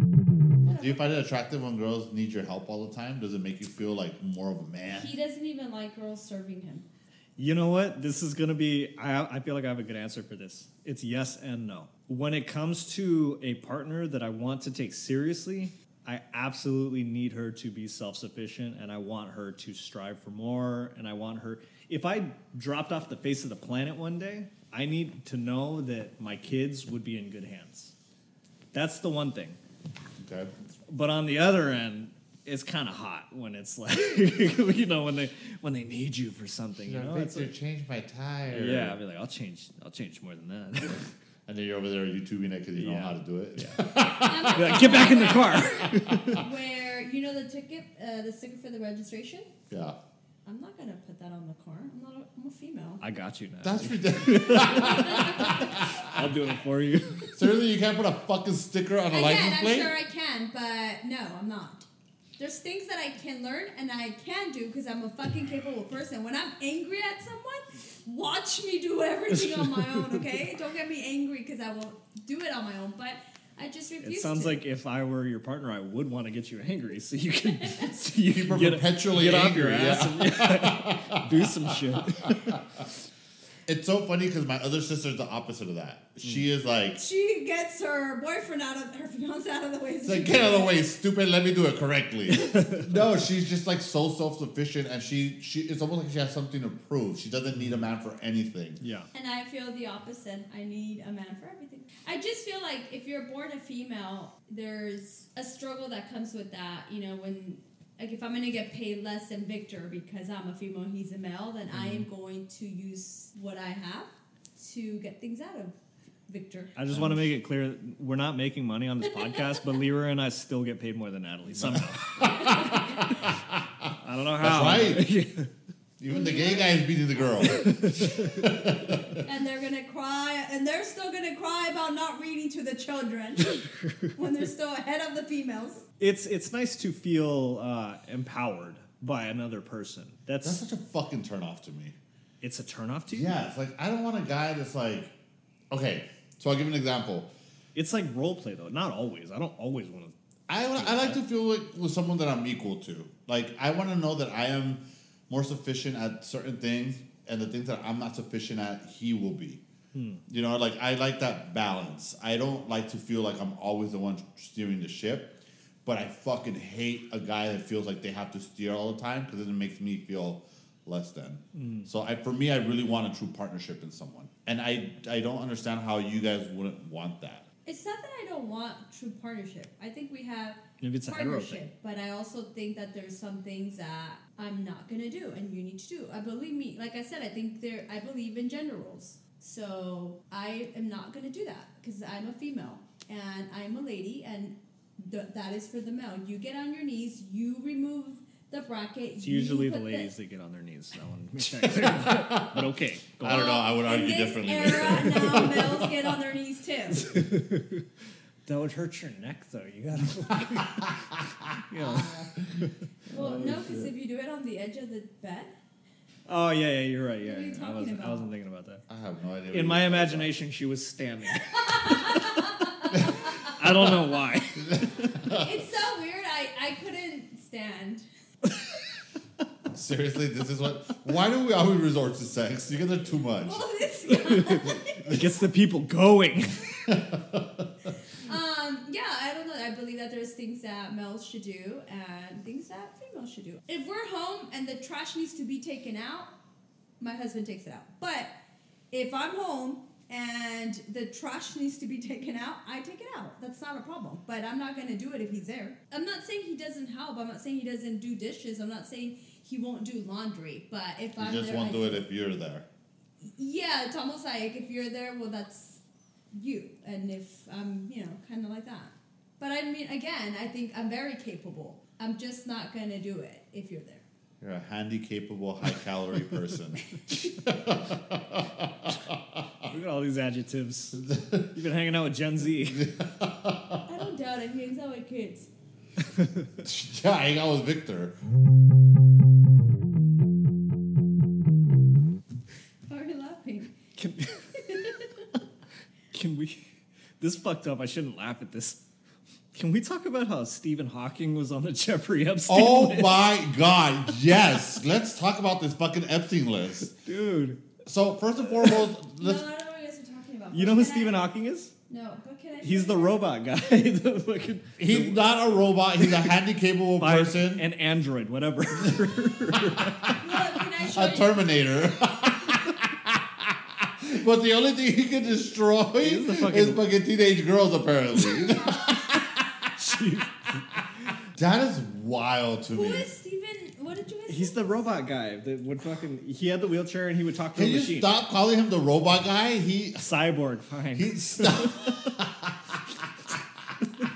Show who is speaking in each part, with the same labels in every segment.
Speaker 1: Do you find it attractive when girls need your help all the time? Does it make you feel like more of a man?
Speaker 2: He doesn't even like girls serving him.
Speaker 3: You know what? This is going to be, I, I feel like I have a good answer for this. It's yes and no. When it comes to a partner that I want to take seriously, I absolutely need her to be self sufficient and I want her to strive for more. And I want her, if I dropped off the face of the planet one day, I need to know that my kids would be in good hands. That's the one thing.
Speaker 1: Okay.
Speaker 3: But on the other end, it's kind of hot when it's like, you know, when they when they need you for something. You know, it's like,
Speaker 1: change my tire.
Speaker 3: yeah, I'll be like, I'll change, I'll change more than that.
Speaker 1: And then you're over there YouTubing it because you know
Speaker 3: Yeah.
Speaker 1: how to do it.
Speaker 3: Be like, Get back in the car.
Speaker 2: Where you know the ticket, uh, the sticker for the registration.
Speaker 1: Yeah.
Speaker 2: I'm not gonna put that on the car. I'm not. A, I'm a female.
Speaker 3: I got you now.
Speaker 1: That's ridiculous.
Speaker 3: I'll do it for you.
Speaker 1: Seriously, you can't put a fucking sticker on a
Speaker 2: Again,
Speaker 1: license
Speaker 2: I'm
Speaker 1: plate?
Speaker 2: sure I can, but no, I'm not. There's things that I can learn and I can do because I'm a fucking capable person. When I'm angry at someone, watch me do everything on my own. Okay, don't get me angry because I will do it on my own. But I just refuse.
Speaker 3: It sounds
Speaker 2: to.
Speaker 3: like if I were your partner, I would want to get you angry so you can so you
Speaker 1: People
Speaker 3: can get,
Speaker 1: perpetually
Speaker 3: get off your
Speaker 1: angry,
Speaker 3: ass and do some shit.
Speaker 1: It's so funny because my other sister's the opposite of that.
Speaker 3: Mm.
Speaker 1: She is like,
Speaker 2: she gets her boyfriend out of her fiance out of the way.
Speaker 1: It's like, get out of the way, stupid. Let me do it correctly. no, she's just like so self sufficient, and she she it's almost like she has something to prove. She doesn't need a man for anything.
Speaker 3: Yeah.
Speaker 2: And I feel the opposite. I need a man for everything. I just feel like if you're born a female, there's a struggle that comes with that. You know, when like if I'm gonna get paid less than Victor because I'm a female, he's a male, then I am going to use what I have to get things out of Victor.
Speaker 3: I just want to make it clear that we're not making money on this podcast, but Lyra and I still get paid more than Natalie somehow. I don't know how.
Speaker 1: That's
Speaker 3: right.
Speaker 1: Even the gay guy is beating the girl.
Speaker 2: and they're gonna cry, and they're still gonna cry about not reading to the children when they're still ahead of the females.
Speaker 3: it's it's nice to feel uh, empowered by another person.
Speaker 1: that's
Speaker 3: That's
Speaker 1: such a fucking turn off to me.
Speaker 3: it's a turnoff to you.
Speaker 1: Yeah, it's like I don't want a guy that's like, okay. So I'll give you an example.
Speaker 3: It's like role play though. Not always. I don't always want to.
Speaker 1: I, I like to feel like with someone that I'm equal to. Like I want to know that I am more sufficient at certain things, and the things that I'm not sufficient at, he will be.
Speaker 3: Hmm.
Speaker 1: You know, like I like that balance. I don't like to feel like I'm always the one steering the ship, but I fucking hate a guy that feels like they have to steer all the time because it makes me feel less than.
Speaker 3: Hmm.
Speaker 1: So I, for me, I really want a true partnership in someone, and I I don't understand how you guys wouldn't want that.
Speaker 2: It's not that I don't want true partnership. I think we have
Speaker 3: Maybe it's a hetero thing.
Speaker 2: partnership, but I also think that there's some things that I'm not gonna do, and you need to do. I believe me, like I said, I think there. I believe in gender roles, so I am not gonna do that because I'm a female and I'm a lady, and th- that is for the male. You get on your knees, you remove the bracket.
Speaker 3: It's usually the
Speaker 2: put
Speaker 3: ladies that get on their knees. That one. but, but okay. Go
Speaker 1: I
Speaker 3: on.
Speaker 1: don't know. I would
Speaker 2: In
Speaker 1: argue
Speaker 2: this
Speaker 1: differently.
Speaker 2: Era, now males get on their knees too.
Speaker 3: That would hurt your neck though. You gotta. you know.
Speaker 2: Well, no, because if you do it on the edge of the bed.
Speaker 3: Oh yeah, yeah. You're right. Yeah.
Speaker 2: What are you
Speaker 3: yeah. I
Speaker 2: talking
Speaker 3: wasn't. I
Speaker 2: about?
Speaker 3: wasn't thinking about that.
Speaker 1: I have no idea. what
Speaker 3: In
Speaker 1: you
Speaker 3: my
Speaker 1: guys are talking
Speaker 3: imagination, she was standing. I don't know why.
Speaker 2: It's so weird. I, I couldn't stand.
Speaker 1: Seriously, this is what. Why do we always resort to sex? You guys are too much.
Speaker 2: Well, this guy.
Speaker 3: It gets the people going.
Speaker 2: um, yeah, I don't know. I believe that there's things that males should do and things that females should do. If we're home and the trash needs to be taken out, my husband takes it out. But if I'm home and the trash needs to be taken out, I take it out. That's not a problem. But I'm not going to do it if he's there. I'm not saying he doesn't help. I'm not saying he doesn't do dishes. I'm not saying he won't do laundry. But if
Speaker 1: You
Speaker 2: I'm
Speaker 1: just
Speaker 2: there, I
Speaker 1: won't do it if you're there.
Speaker 2: Yeah, it's almost like if you're there, well, that's you. And if I'm, you know, kind of like that. But I mean, again, I think I'm very capable. I'm just not going to do it if you're there.
Speaker 1: You're a handy, capable, high calorie person.
Speaker 3: Look at all these adjectives. You've been hanging out with Gen Z.
Speaker 2: I don't doubt it. He hangs out with kids.
Speaker 1: yeah, I hang out with Victor.
Speaker 2: Why are you laughing?
Speaker 3: Can, can we? This fucked up. I shouldn't laugh at this. Can we talk about how Stephen Hawking was on the Jeffrey Epstein
Speaker 1: Oh
Speaker 3: list?
Speaker 1: my God. Yes. Let's talk about this fucking Epstein list.
Speaker 3: Dude.
Speaker 1: So, first and foremost,
Speaker 2: No, I
Speaker 1: let's,
Speaker 2: don't know what you guys are talking about.
Speaker 3: You
Speaker 2: But
Speaker 3: know who
Speaker 2: can I-
Speaker 3: Stephen Hawking is?
Speaker 2: No, but can I?
Speaker 3: He's the robot guy. the fucking
Speaker 1: he's not a robot. He's a handy capable
Speaker 3: by-
Speaker 1: person.
Speaker 3: An android, whatever.
Speaker 2: Look, can I show
Speaker 1: a
Speaker 2: you?
Speaker 1: Terminator. but the only thing he can destroy
Speaker 3: the fucking-
Speaker 1: is fucking teenage girls, apparently.
Speaker 3: Jeez.
Speaker 1: that is wild to
Speaker 2: Who
Speaker 1: me.
Speaker 2: is Stephen? What did you guys
Speaker 3: He's
Speaker 2: say?
Speaker 3: the robot guy that would fucking. He had the wheelchair and he would talk to
Speaker 1: Can
Speaker 3: a
Speaker 1: you
Speaker 3: machine.
Speaker 1: stop calling him the robot guy? He
Speaker 3: Cyborg, fine.
Speaker 1: he stop.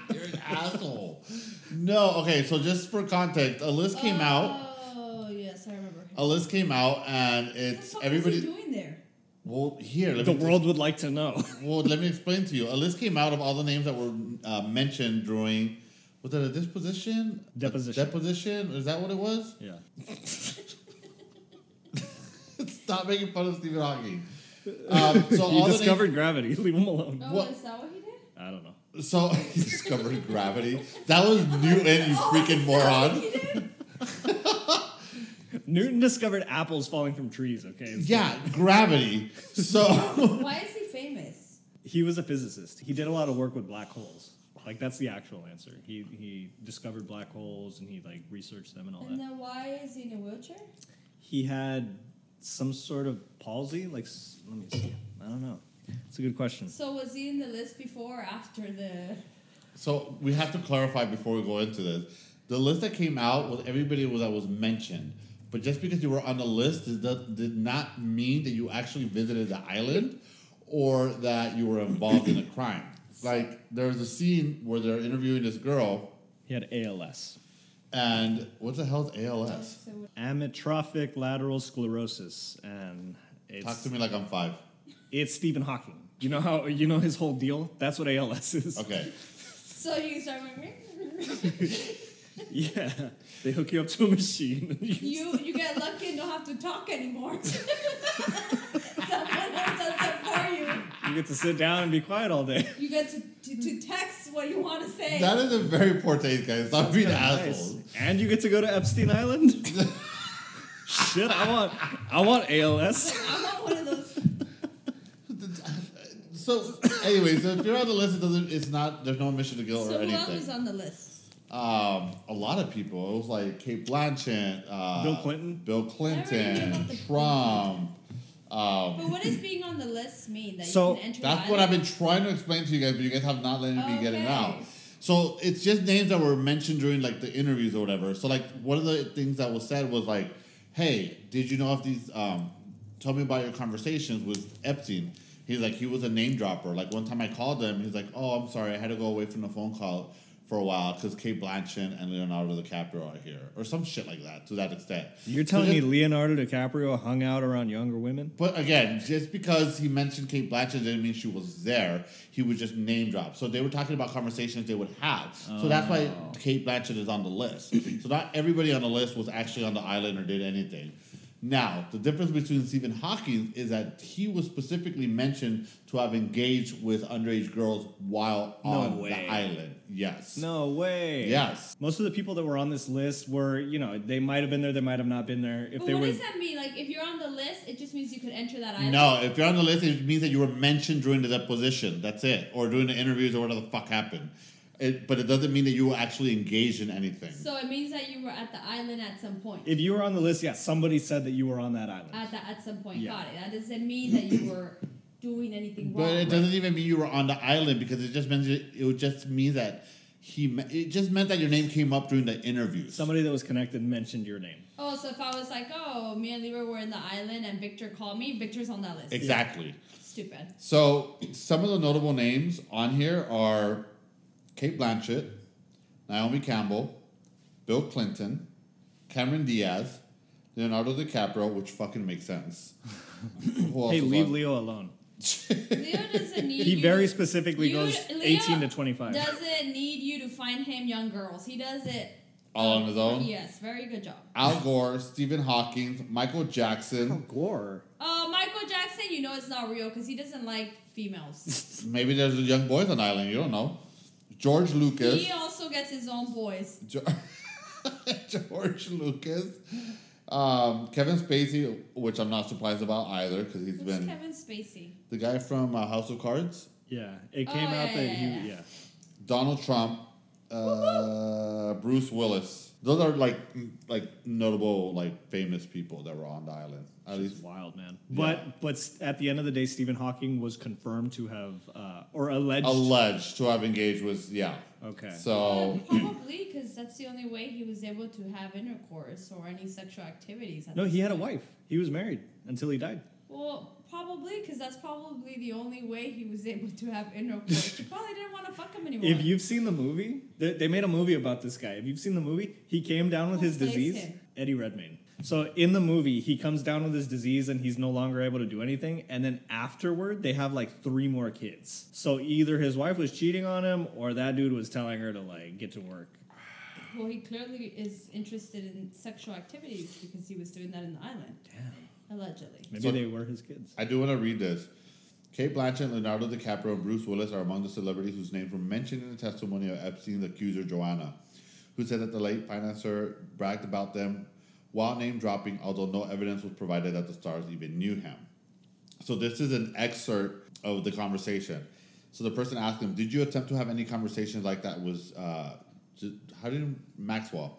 Speaker 1: You're an asshole. No, okay. So just for context, a list came out.
Speaker 2: Oh yes, I remember.
Speaker 1: A list came out, and
Speaker 2: What the
Speaker 1: it's
Speaker 2: fuck is he
Speaker 1: everybody.
Speaker 2: doing there?
Speaker 1: Well, here, let
Speaker 3: the
Speaker 1: me just-
Speaker 3: world would like to know.
Speaker 1: Well, let me explain to you. A list came out of all the names that were uh, mentioned during. Was that a disposition?
Speaker 3: Deposition.
Speaker 1: A deposition? Is that what it was?
Speaker 3: Yeah.
Speaker 1: Stop making fun of Stephen Hawking. Um, so
Speaker 3: He
Speaker 1: all the names-
Speaker 3: discovered gravity. Leave him alone.
Speaker 2: Oh,
Speaker 1: What-
Speaker 2: is that what he did?
Speaker 3: I don't know.
Speaker 1: so he discovered gravity. That was Newton, you
Speaker 2: Oh,
Speaker 1: freaking
Speaker 2: is that what
Speaker 1: moron.
Speaker 2: he did?
Speaker 3: Newton discovered apples falling from trees, okay? It's-
Speaker 1: Yeah, gravity. So
Speaker 2: Why is he famous?
Speaker 3: He was a physicist. He did a lot of work with black holes. Like that's the actual answer. He he discovered black holes and he like researched them and all
Speaker 2: And
Speaker 3: that.
Speaker 2: then why is he in a wheelchair?
Speaker 3: He had some sort of palsy, like s- let me see. I don't know. It's a good question.
Speaker 2: So was he in the list before or after the?
Speaker 1: So we have to clarify before we go into this. The list that came out was everybody was, that was mentioned. But just because you were on the list did not, did not mean that you actually visited the island or that you were involved in a crime. Like, there's a scene where they're interviewing this girl,
Speaker 3: He had ALS.
Speaker 1: and what the hell's ALS?
Speaker 2: So
Speaker 3: Amyotrophic lateral sclerosis and it's
Speaker 1: Talk to me like I'm five.
Speaker 3: it's Stephen Hawking. You know how you know his whole deal? That's what ALS is.
Speaker 1: Okay.
Speaker 2: so you start remembering.
Speaker 3: Yeah. They hook you up to a machine.
Speaker 2: You you get lucky and don't have to talk anymore. Someone else does it for you.
Speaker 3: you get to sit down and be quiet all day.
Speaker 2: You get to, to, to text what you want to say.
Speaker 1: That is a very poor taste, guys. Stop being assholes.
Speaker 3: Nice. And you get to go to Epstein Island. Shit, I want, I want ALS.
Speaker 2: I want one of those.
Speaker 1: So, anyway, so if you're on the list, it doesn't, it's not, there's no admission to guilt
Speaker 2: so
Speaker 1: or
Speaker 2: who
Speaker 1: anything.
Speaker 2: else is on the list?
Speaker 1: um, a lot of people. It was like Kate Blanchett, uh,
Speaker 3: Bill Clinton?
Speaker 1: Bill
Speaker 2: I already knew
Speaker 1: Clinton,
Speaker 2: about the-
Speaker 1: Trump.
Speaker 2: But
Speaker 1: Um,
Speaker 2: what does being on the list mean? That
Speaker 3: So,
Speaker 2: you can enter.
Speaker 1: that's
Speaker 2: the
Speaker 1: what I've
Speaker 2: island?
Speaker 1: been trying to explain to you guys, but you guys have not letting me get it
Speaker 2: Okay.
Speaker 1: out. So it's just names that were mentioned during like the interviews or whatever. So like one of the things that was said was like, "Hey, did you know of these? Um, tell me about your conversations with Epstein." He's like, he was a name dropper. Like one time I called him, he's like, "Oh, I'm sorry, I had to go away from the phone call for a while because Kate Blanchett and Leonardo DiCaprio are here, or some shit like that." To that extent,
Speaker 3: You're
Speaker 1: So
Speaker 3: telling
Speaker 1: just-
Speaker 3: me Leonardo DiCaprio hung out around younger women?
Speaker 1: but again, just because he mentioned Kate Blanchett didn't mean she was there. He would just name drop. So they were talking about conversations they would have. So that's why
Speaker 3: Oh.
Speaker 1: Kate Blanchett is on the list. so not everybody on the list was actually on the island or did anything. Now, the difference between Stephen Hawking is that he was specifically mentioned to have engaged with underage girls while
Speaker 3: No
Speaker 1: on
Speaker 3: way.
Speaker 1: the island. Yes.
Speaker 3: No way.
Speaker 1: Yes.
Speaker 3: Most of the people that were on this list were, you know, they might have been there, they might have not been there. If
Speaker 2: But
Speaker 3: they
Speaker 2: what
Speaker 3: were,
Speaker 2: does that mean? Like, if you're on the list, it just means you could enter that island.
Speaker 1: No, if you're on the list, it means that you were mentioned during the deposition. That's it, or during the interviews, or whatever the fuck happened. It, but it doesn't mean that you were actually engaged in anything.
Speaker 2: So it means that you were at the island at some point.
Speaker 3: if you were on the list, yeah, somebody said that you were on that island.
Speaker 2: at the, at some point,
Speaker 3: Yeah.
Speaker 2: got it. That doesn't mean that you were doing anything wrong.
Speaker 1: but it doesn't even mean you were on the island because it just means it, it would just mean that he. me- It just meant that your name came up during the interviews.
Speaker 3: somebody that was connected mentioned your name.
Speaker 2: Oh, so if I was like, oh, me and Leroy were in the island and Victor called me, Victor's on that list.
Speaker 1: exactly.
Speaker 2: Stupid.
Speaker 1: So some of the notable names on here are Kate Blanchett, Naomi Campbell, Bill Clinton, Cameron Diaz, Leonardo DiCaprio, which fucking makes sense. Who else
Speaker 3: Hey,
Speaker 1: is
Speaker 3: leave
Speaker 1: on-
Speaker 3: Leo alone.
Speaker 2: Leo doesn't need
Speaker 3: He
Speaker 2: you
Speaker 3: very
Speaker 2: to-
Speaker 3: specifically
Speaker 2: you-
Speaker 3: goes
Speaker 2: Leo
Speaker 3: 18 to 25.
Speaker 2: Doesn't need you to find him young girls. He does it
Speaker 1: All on his own?
Speaker 2: Yes, very good job.
Speaker 1: Al Gore, Stephen Hawking, Michael Jackson.
Speaker 3: Gore.
Speaker 2: Uh, Michael Jackson, you know it's not real because he doesn't like females.
Speaker 1: Maybe there's a young boys on the island. You don't know. George Lucas.
Speaker 2: He also gets his own boys.
Speaker 1: George, George Lucas, um, Kevin Spacey, which I'm not surprised about either because he's
Speaker 2: Who's
Speaker 1: been
Speaker 2: Kevin Spacey?
Speaker 1: the guy from uh, House of Cards,
Speaker 3: Yeah, it
Speaker 2: Oh,
Speaker 3: came
Speaker 2: yeah,
Speaker 3: out that
Speaker 2: yeah, yeah,
Speaker 3: he
Speaker 2: yeah.
Speaker 3: yeah.
Speaker 1: Donald Trump, uh, Bruce Willis. Those are like m- like notable like famous people that were on the island. At
Speaker 3: Which is
Speaker 1: least
Speaker 3: wild, man.
Speaker 1: Yeah.
Speaker 3: But but s- at the end of the day, Stephen Hawking was confirmed to have uh, or alleged.
Speaker 1: alleged to have engaged with yeah.
Speaker 3: okay.
Speaker 1: So
Speaker 2: Yeah, probably because that's the only way he was able to have intercourse or any sexual activities. at
Speaker 3: no,
Speaker 2: this
Speaker 3: he had a
Speaker 2: time.
Speaker 3: wife. He was married until he died.
Speaker 2: Well, probably because that's probably the only way he was able to have intercourse. she probably didn't want to fuck him anymore.
Speaker 3: If you've seen the movie, they, they made a movie about this guy. If you've seen the movie, he came down with
Speaker 2: Who
Speaker 3: his
Speaker 2: plays
Speaker 3: disease.
Speaker 2: him?
Speaker 3: Eddie Redmayne. So in the movie, he comes down with his disease and he's no longer able to do anything. And then afterward, they have like three more kids. So either his wife was cheating on him, or that dude was telling her to like get to work.
Speaker 2: well, he clearly is interested in sexual activities because he was doing that in the island,
Speaker 3: Damn.
Speaker 2: allegedly.
Speaker 3: Maybe
Speaker 1: So-
Speaker 3: they were his kids.
Speaker 1: I do want to read this. Kate Blanchett, Leonardo DiCaprio, and Bruce Willis are among the celebrities whose names were mentioned in the testimony of Epstein's accuser Joanna, who said that the late financier bragged about them while name dropping, although no evidence was provided that the stars even knew him. So this is an excerpt of the conversation. So the person asked him, "Did you attempt to have any conversations like that?" Was uh, j- how did Maxwell?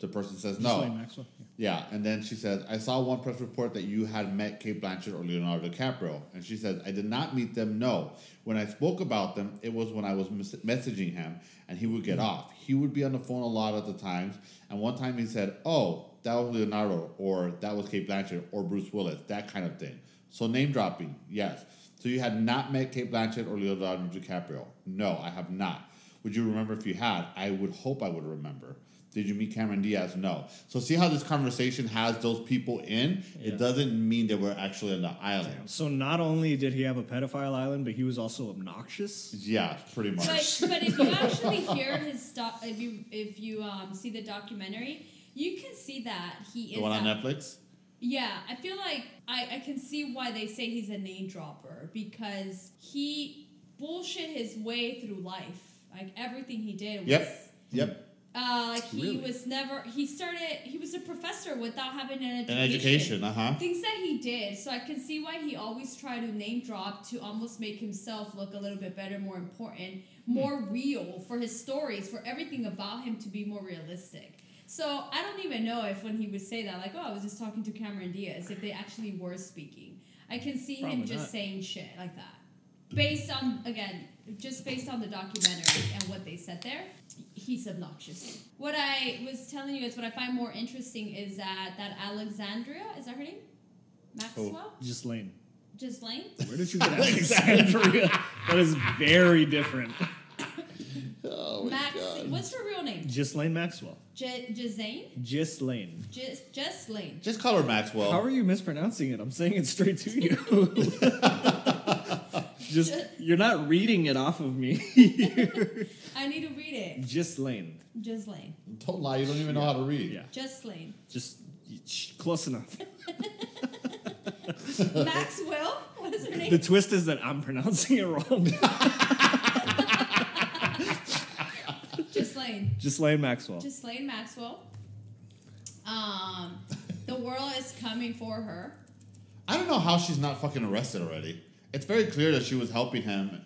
Speaker 1: The person says, "No."
Speaker 3: Ghislaine Maxwell. Yeah.
Speaker 1: Yeah, and then she says, I saw one press report that you had met Kate Blanchett or Leonardo DiCaprio. And she says, I did not meet them, no. When I spoke about them, it was when I was mes- messaging him and he would get off. He would be on the phone a lot at the times. And one time he said, Oh, that was Leonardo or that was Kate Blanchett or Bruce Willis, that kind of thing. So name dropping, yes. So you had not met Kate Blanchett or Leonardo DiCaprio? No, I have not. Would you remember if you had? I would hope I would remember. Did you meet Cameron Diaz? No. So see how this conversation has those people in?
Speaker 3: Yeah.
Speaker 1: It doesn't mean that we're actually on the island.
Speaker 3: So not only did he have a pedophile island, but he was also obnoxious.
Speaker 1: Yeah, pretty much.
Speaker 2: But, but if you actually hear his stuff, if you if you um, see the documentary, you can see that he is.
Speaker 1: the one on
Speaker 2: that-
Speaker 1: Netflix?
Speaker 2: Yeah, I feel like I, I can see why they say he's a name dropper because he bullshit his way through life. Like everything he did was.
Speaker 1: Yep. Yep.
Speaker 2: Uh, like he
Speaker 3: Really?
Speaker 2: was never. He started. He was a professor without having an education.
Speaker 1: An education, uh
Speaker 3: Uh-huh.
Speaker 1: huh.
Speaker 2: Things that he did, so I can see why he always tried to name drop to almost make himself look a little bit better, more important,
Speaker 3: Hmm.
Speaker 2: more real for his stories, for everything about him to be more realistic. So I don't even know if when he would say that, like, oh, I was just talking to Cameron Diaz, if they actually were speaking. I can see him
Speaker 3: Probably
Speaker 2: just
Speaker 3: not.
Speaker 2: saying shit like that. Based on, again, just based on the documentary and what they said there, he's obnoxious. What I was telling you is what I find more interesting is that that Alexandria, is that her name? Maxwell?
Speaker 1: Oh.
Speaker 3: Just Lane.
Speaker 2: Ghislaine?
Speaker 3: Where did you get Alexandria? that is very different.
Speaker 1: Oh, my
Speaker 2: Max,
Speaker 1: God.
Speaker 2: what's her real name?
Speaker 3: Ghislaine Maxwell.
Speaker 2: J- Ghislaine?
Speaker 3: Ghislaine.
Speaker 2: Gis- Ghislaine.
Speaker 1: Just call her Maxwell.
Speaker 3: How are you mispronouncing it? I'm saying it straight to you. Just you're not reading it off of me.
Speaker 2: I need to read it.
Speaker 3: Ghislaine.
Speaker 2: Ghislaine.
Speaker 1: don't lie, you don't even know how to read.
Speaker 3: Yeah.
Speaker 2: Ghislaine.
Speaker 3: Just sh- close enough.
Speaker 2: Maxwell? What is her name?
Speaker 3: The twist is that I'm pronouncing it wrong.
Speaker 2: Ghislaine.
Speaker 3: Ghislaine Maxwell.
Speaker 2: Ghislaine Maxwell. Um, the world is coming for her.
Speaker 1: I don't know how she's not fucking arrested already. It's very clear that she was helping him.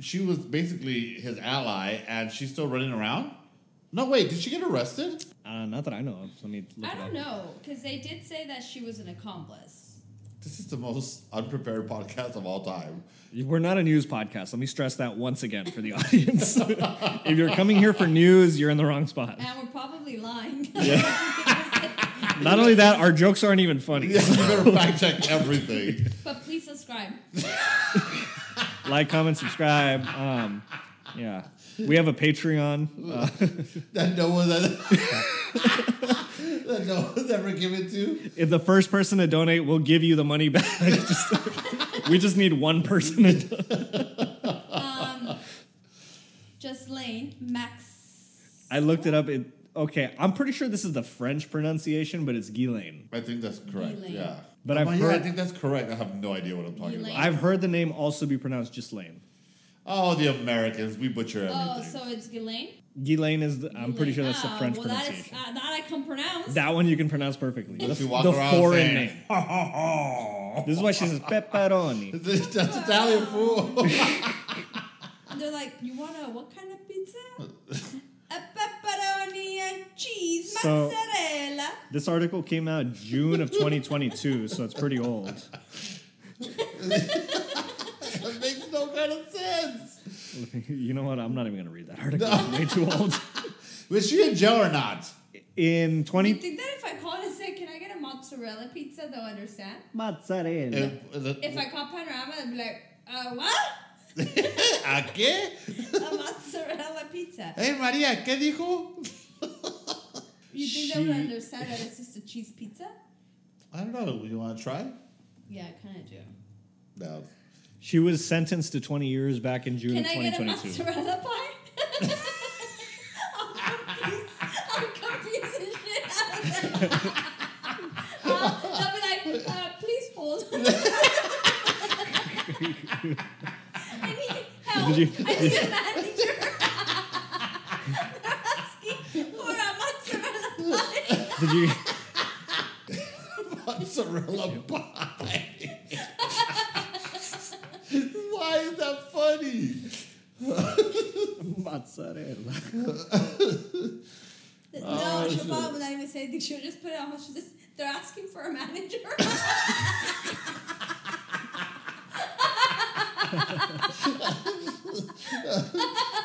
Speaker 1: She was basically his ally, and she's still running around. No, wait, did she get arrested?
Speaker 3: Uh, not that I know of. Let me look
Speaker 2: I
Speaker 3: it up.
Speaker 2: don't know, because they did say that she was an accomplice.
Speaker 1: This is the most unprepared podcast of all time.
Speaker 3: We're not a news podcast. Let me stress that once again for the audience. if you're coming here for news, you're in the wrong spot.
Speaker 2: And we're probably lying.
Speaker 3: Not only that, our jokes aren't even funny.
Speaker 1: you better fact check everything.
Speaker 2: but please subscribe.
Speaker 3: Like, comment, subscribe. Um, yeah, we have a Patreon. Uh,
Speaker 1: That no one that, that no one's ever given to.
Speaker 3: if the first person to donate, we'll give you the money back. Just- we just need one person. To do-
Speaker 2: Um, Ghislaine Max.
Speaker 3: I looked it up. It okay. I'm pretty sure this is the French pronunciation, but it's Guillaine.
Speaker 1: I think that's correct.
Speaker 2: Elaine.
Speaker 1: Yeah.
Speaker 3: But
Speaker 1: Oh
Speaker 3: I've
Speaker 1: my- yeah, I
Speaker 3: heard-
Speaker 1: think that's correct. I have no idea what I'm talking
Speaker 2: Elaine.
Speaker 1: about.
Speaker 3: I've heard the name also be pronounced Ghislaine.
Speaker 1: Oh, the Americans, we butcher everything.
Speaker 2: Oh, so it's Ghislaine?
Speaker 3: Ghislaine is. The, I'm pretty
Speaker 2: Ghislaine.
Speaker 3: sure that's the
Speaker 2: Ah,
Speaker 3: French
Speaker 2: well, that, is,
Speaker 3: pronunciation.
Speaker 2: uh, that I can pronounce.
Speaker 3: That one you can pronounce perfectly.
Speaker 1: Unless
Speaker 3: The,
Speaker 1: you walk
Speaker 3: the
Speaker 1: around
Speaker 3: foreign
Speaker 1: saying,
Speaker 3: name. This is why she says pepperoni.
Speaker 1: That's Italian fool.
Speaker 2: And they're like, you want a what kind of pizza? a pepperoni and cheese,
Speaker 3: So-
Speaker 2: mozzarella.
Speaker 3: This article came out June of 2022, so it's pretty old.
Speaker 1: that makes no kind of sense.
Speaker 3: You know what? I'm not even going to read that article. It's way too old.
Speaker 1: Was she in jail or not?
Speaker 3: In
Speaker 2: You
Speaker 3: 20
Speaker 2: think that if I called and said, can I get a mozzarella pizza, they'll understand?
Speaker 3: mozzarella.
Speaker 1: If- Uh, the-
Speaker 2: If I call Panorama, they'll be like, uh, what?
Speaker 1: ¿A qué?
Speaker 2: A mozzarella pizza.
Speaker 1: Hey, María, ¿qué dijo?
Speaker 2: You think they would
Speaker 3: She-
Speaker 2: understand that it's just a cheese pizza?
Speaker 1: I don't know. You want to try?
Speaker 2: Yeah, I kind of do.
Speaker 1: No.
Speaker 3: She was sentenced to 20 years back in June
Speaker 2: Can
Speaker 3: of
Speaker 2: I get a
Speaker 3: 2022.
Speaker 2: mozzarella pie? I'm confused. I'm confused as shit. uh, they'll be like, uh, please hold. I need help.
Speaker 3: Did you-
Speaker 2: I need a manager. They're asking for a
Speaker 3: Oh,
Speaker 2: mozzarella pie.
Speaker 3: Did you?
Speaker 1: Mozzarella pie. Why is that funny?
Speaker 3: mozzarella.
Speaker 2: no,
Speaker 1: shit.
Speaker 2: Shabbat would not even say anything. She would just put it on. She's just, they're asking for a manager.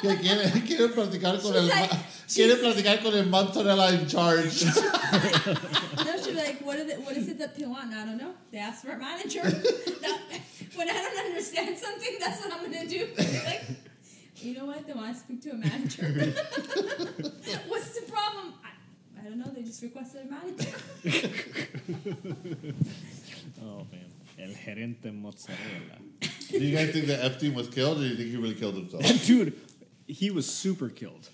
Speaker 1: Que quiere, quiere platicar con el
Speaker 2: She's
Speaker 1: ma-
Speaker 2: like-
Speaker 1: quiere platicar con el mozzarella in charge.
Speaker 2: No, she'd be like, what, are the, what is it that they want? I don't know. They asked for a manager. That- when I don't understand something, that's what I'm going to do. Like, you know what? They want to speak to a manager. What's the problem? I, I don't know. They just requested a manager.
Speaker 3: Oh, man. El gerente mozzarella.
Speaker 1: Do you guys think the F team was killed, or do you think he really killed himself?
Speaker 3: Dude, he was super killed.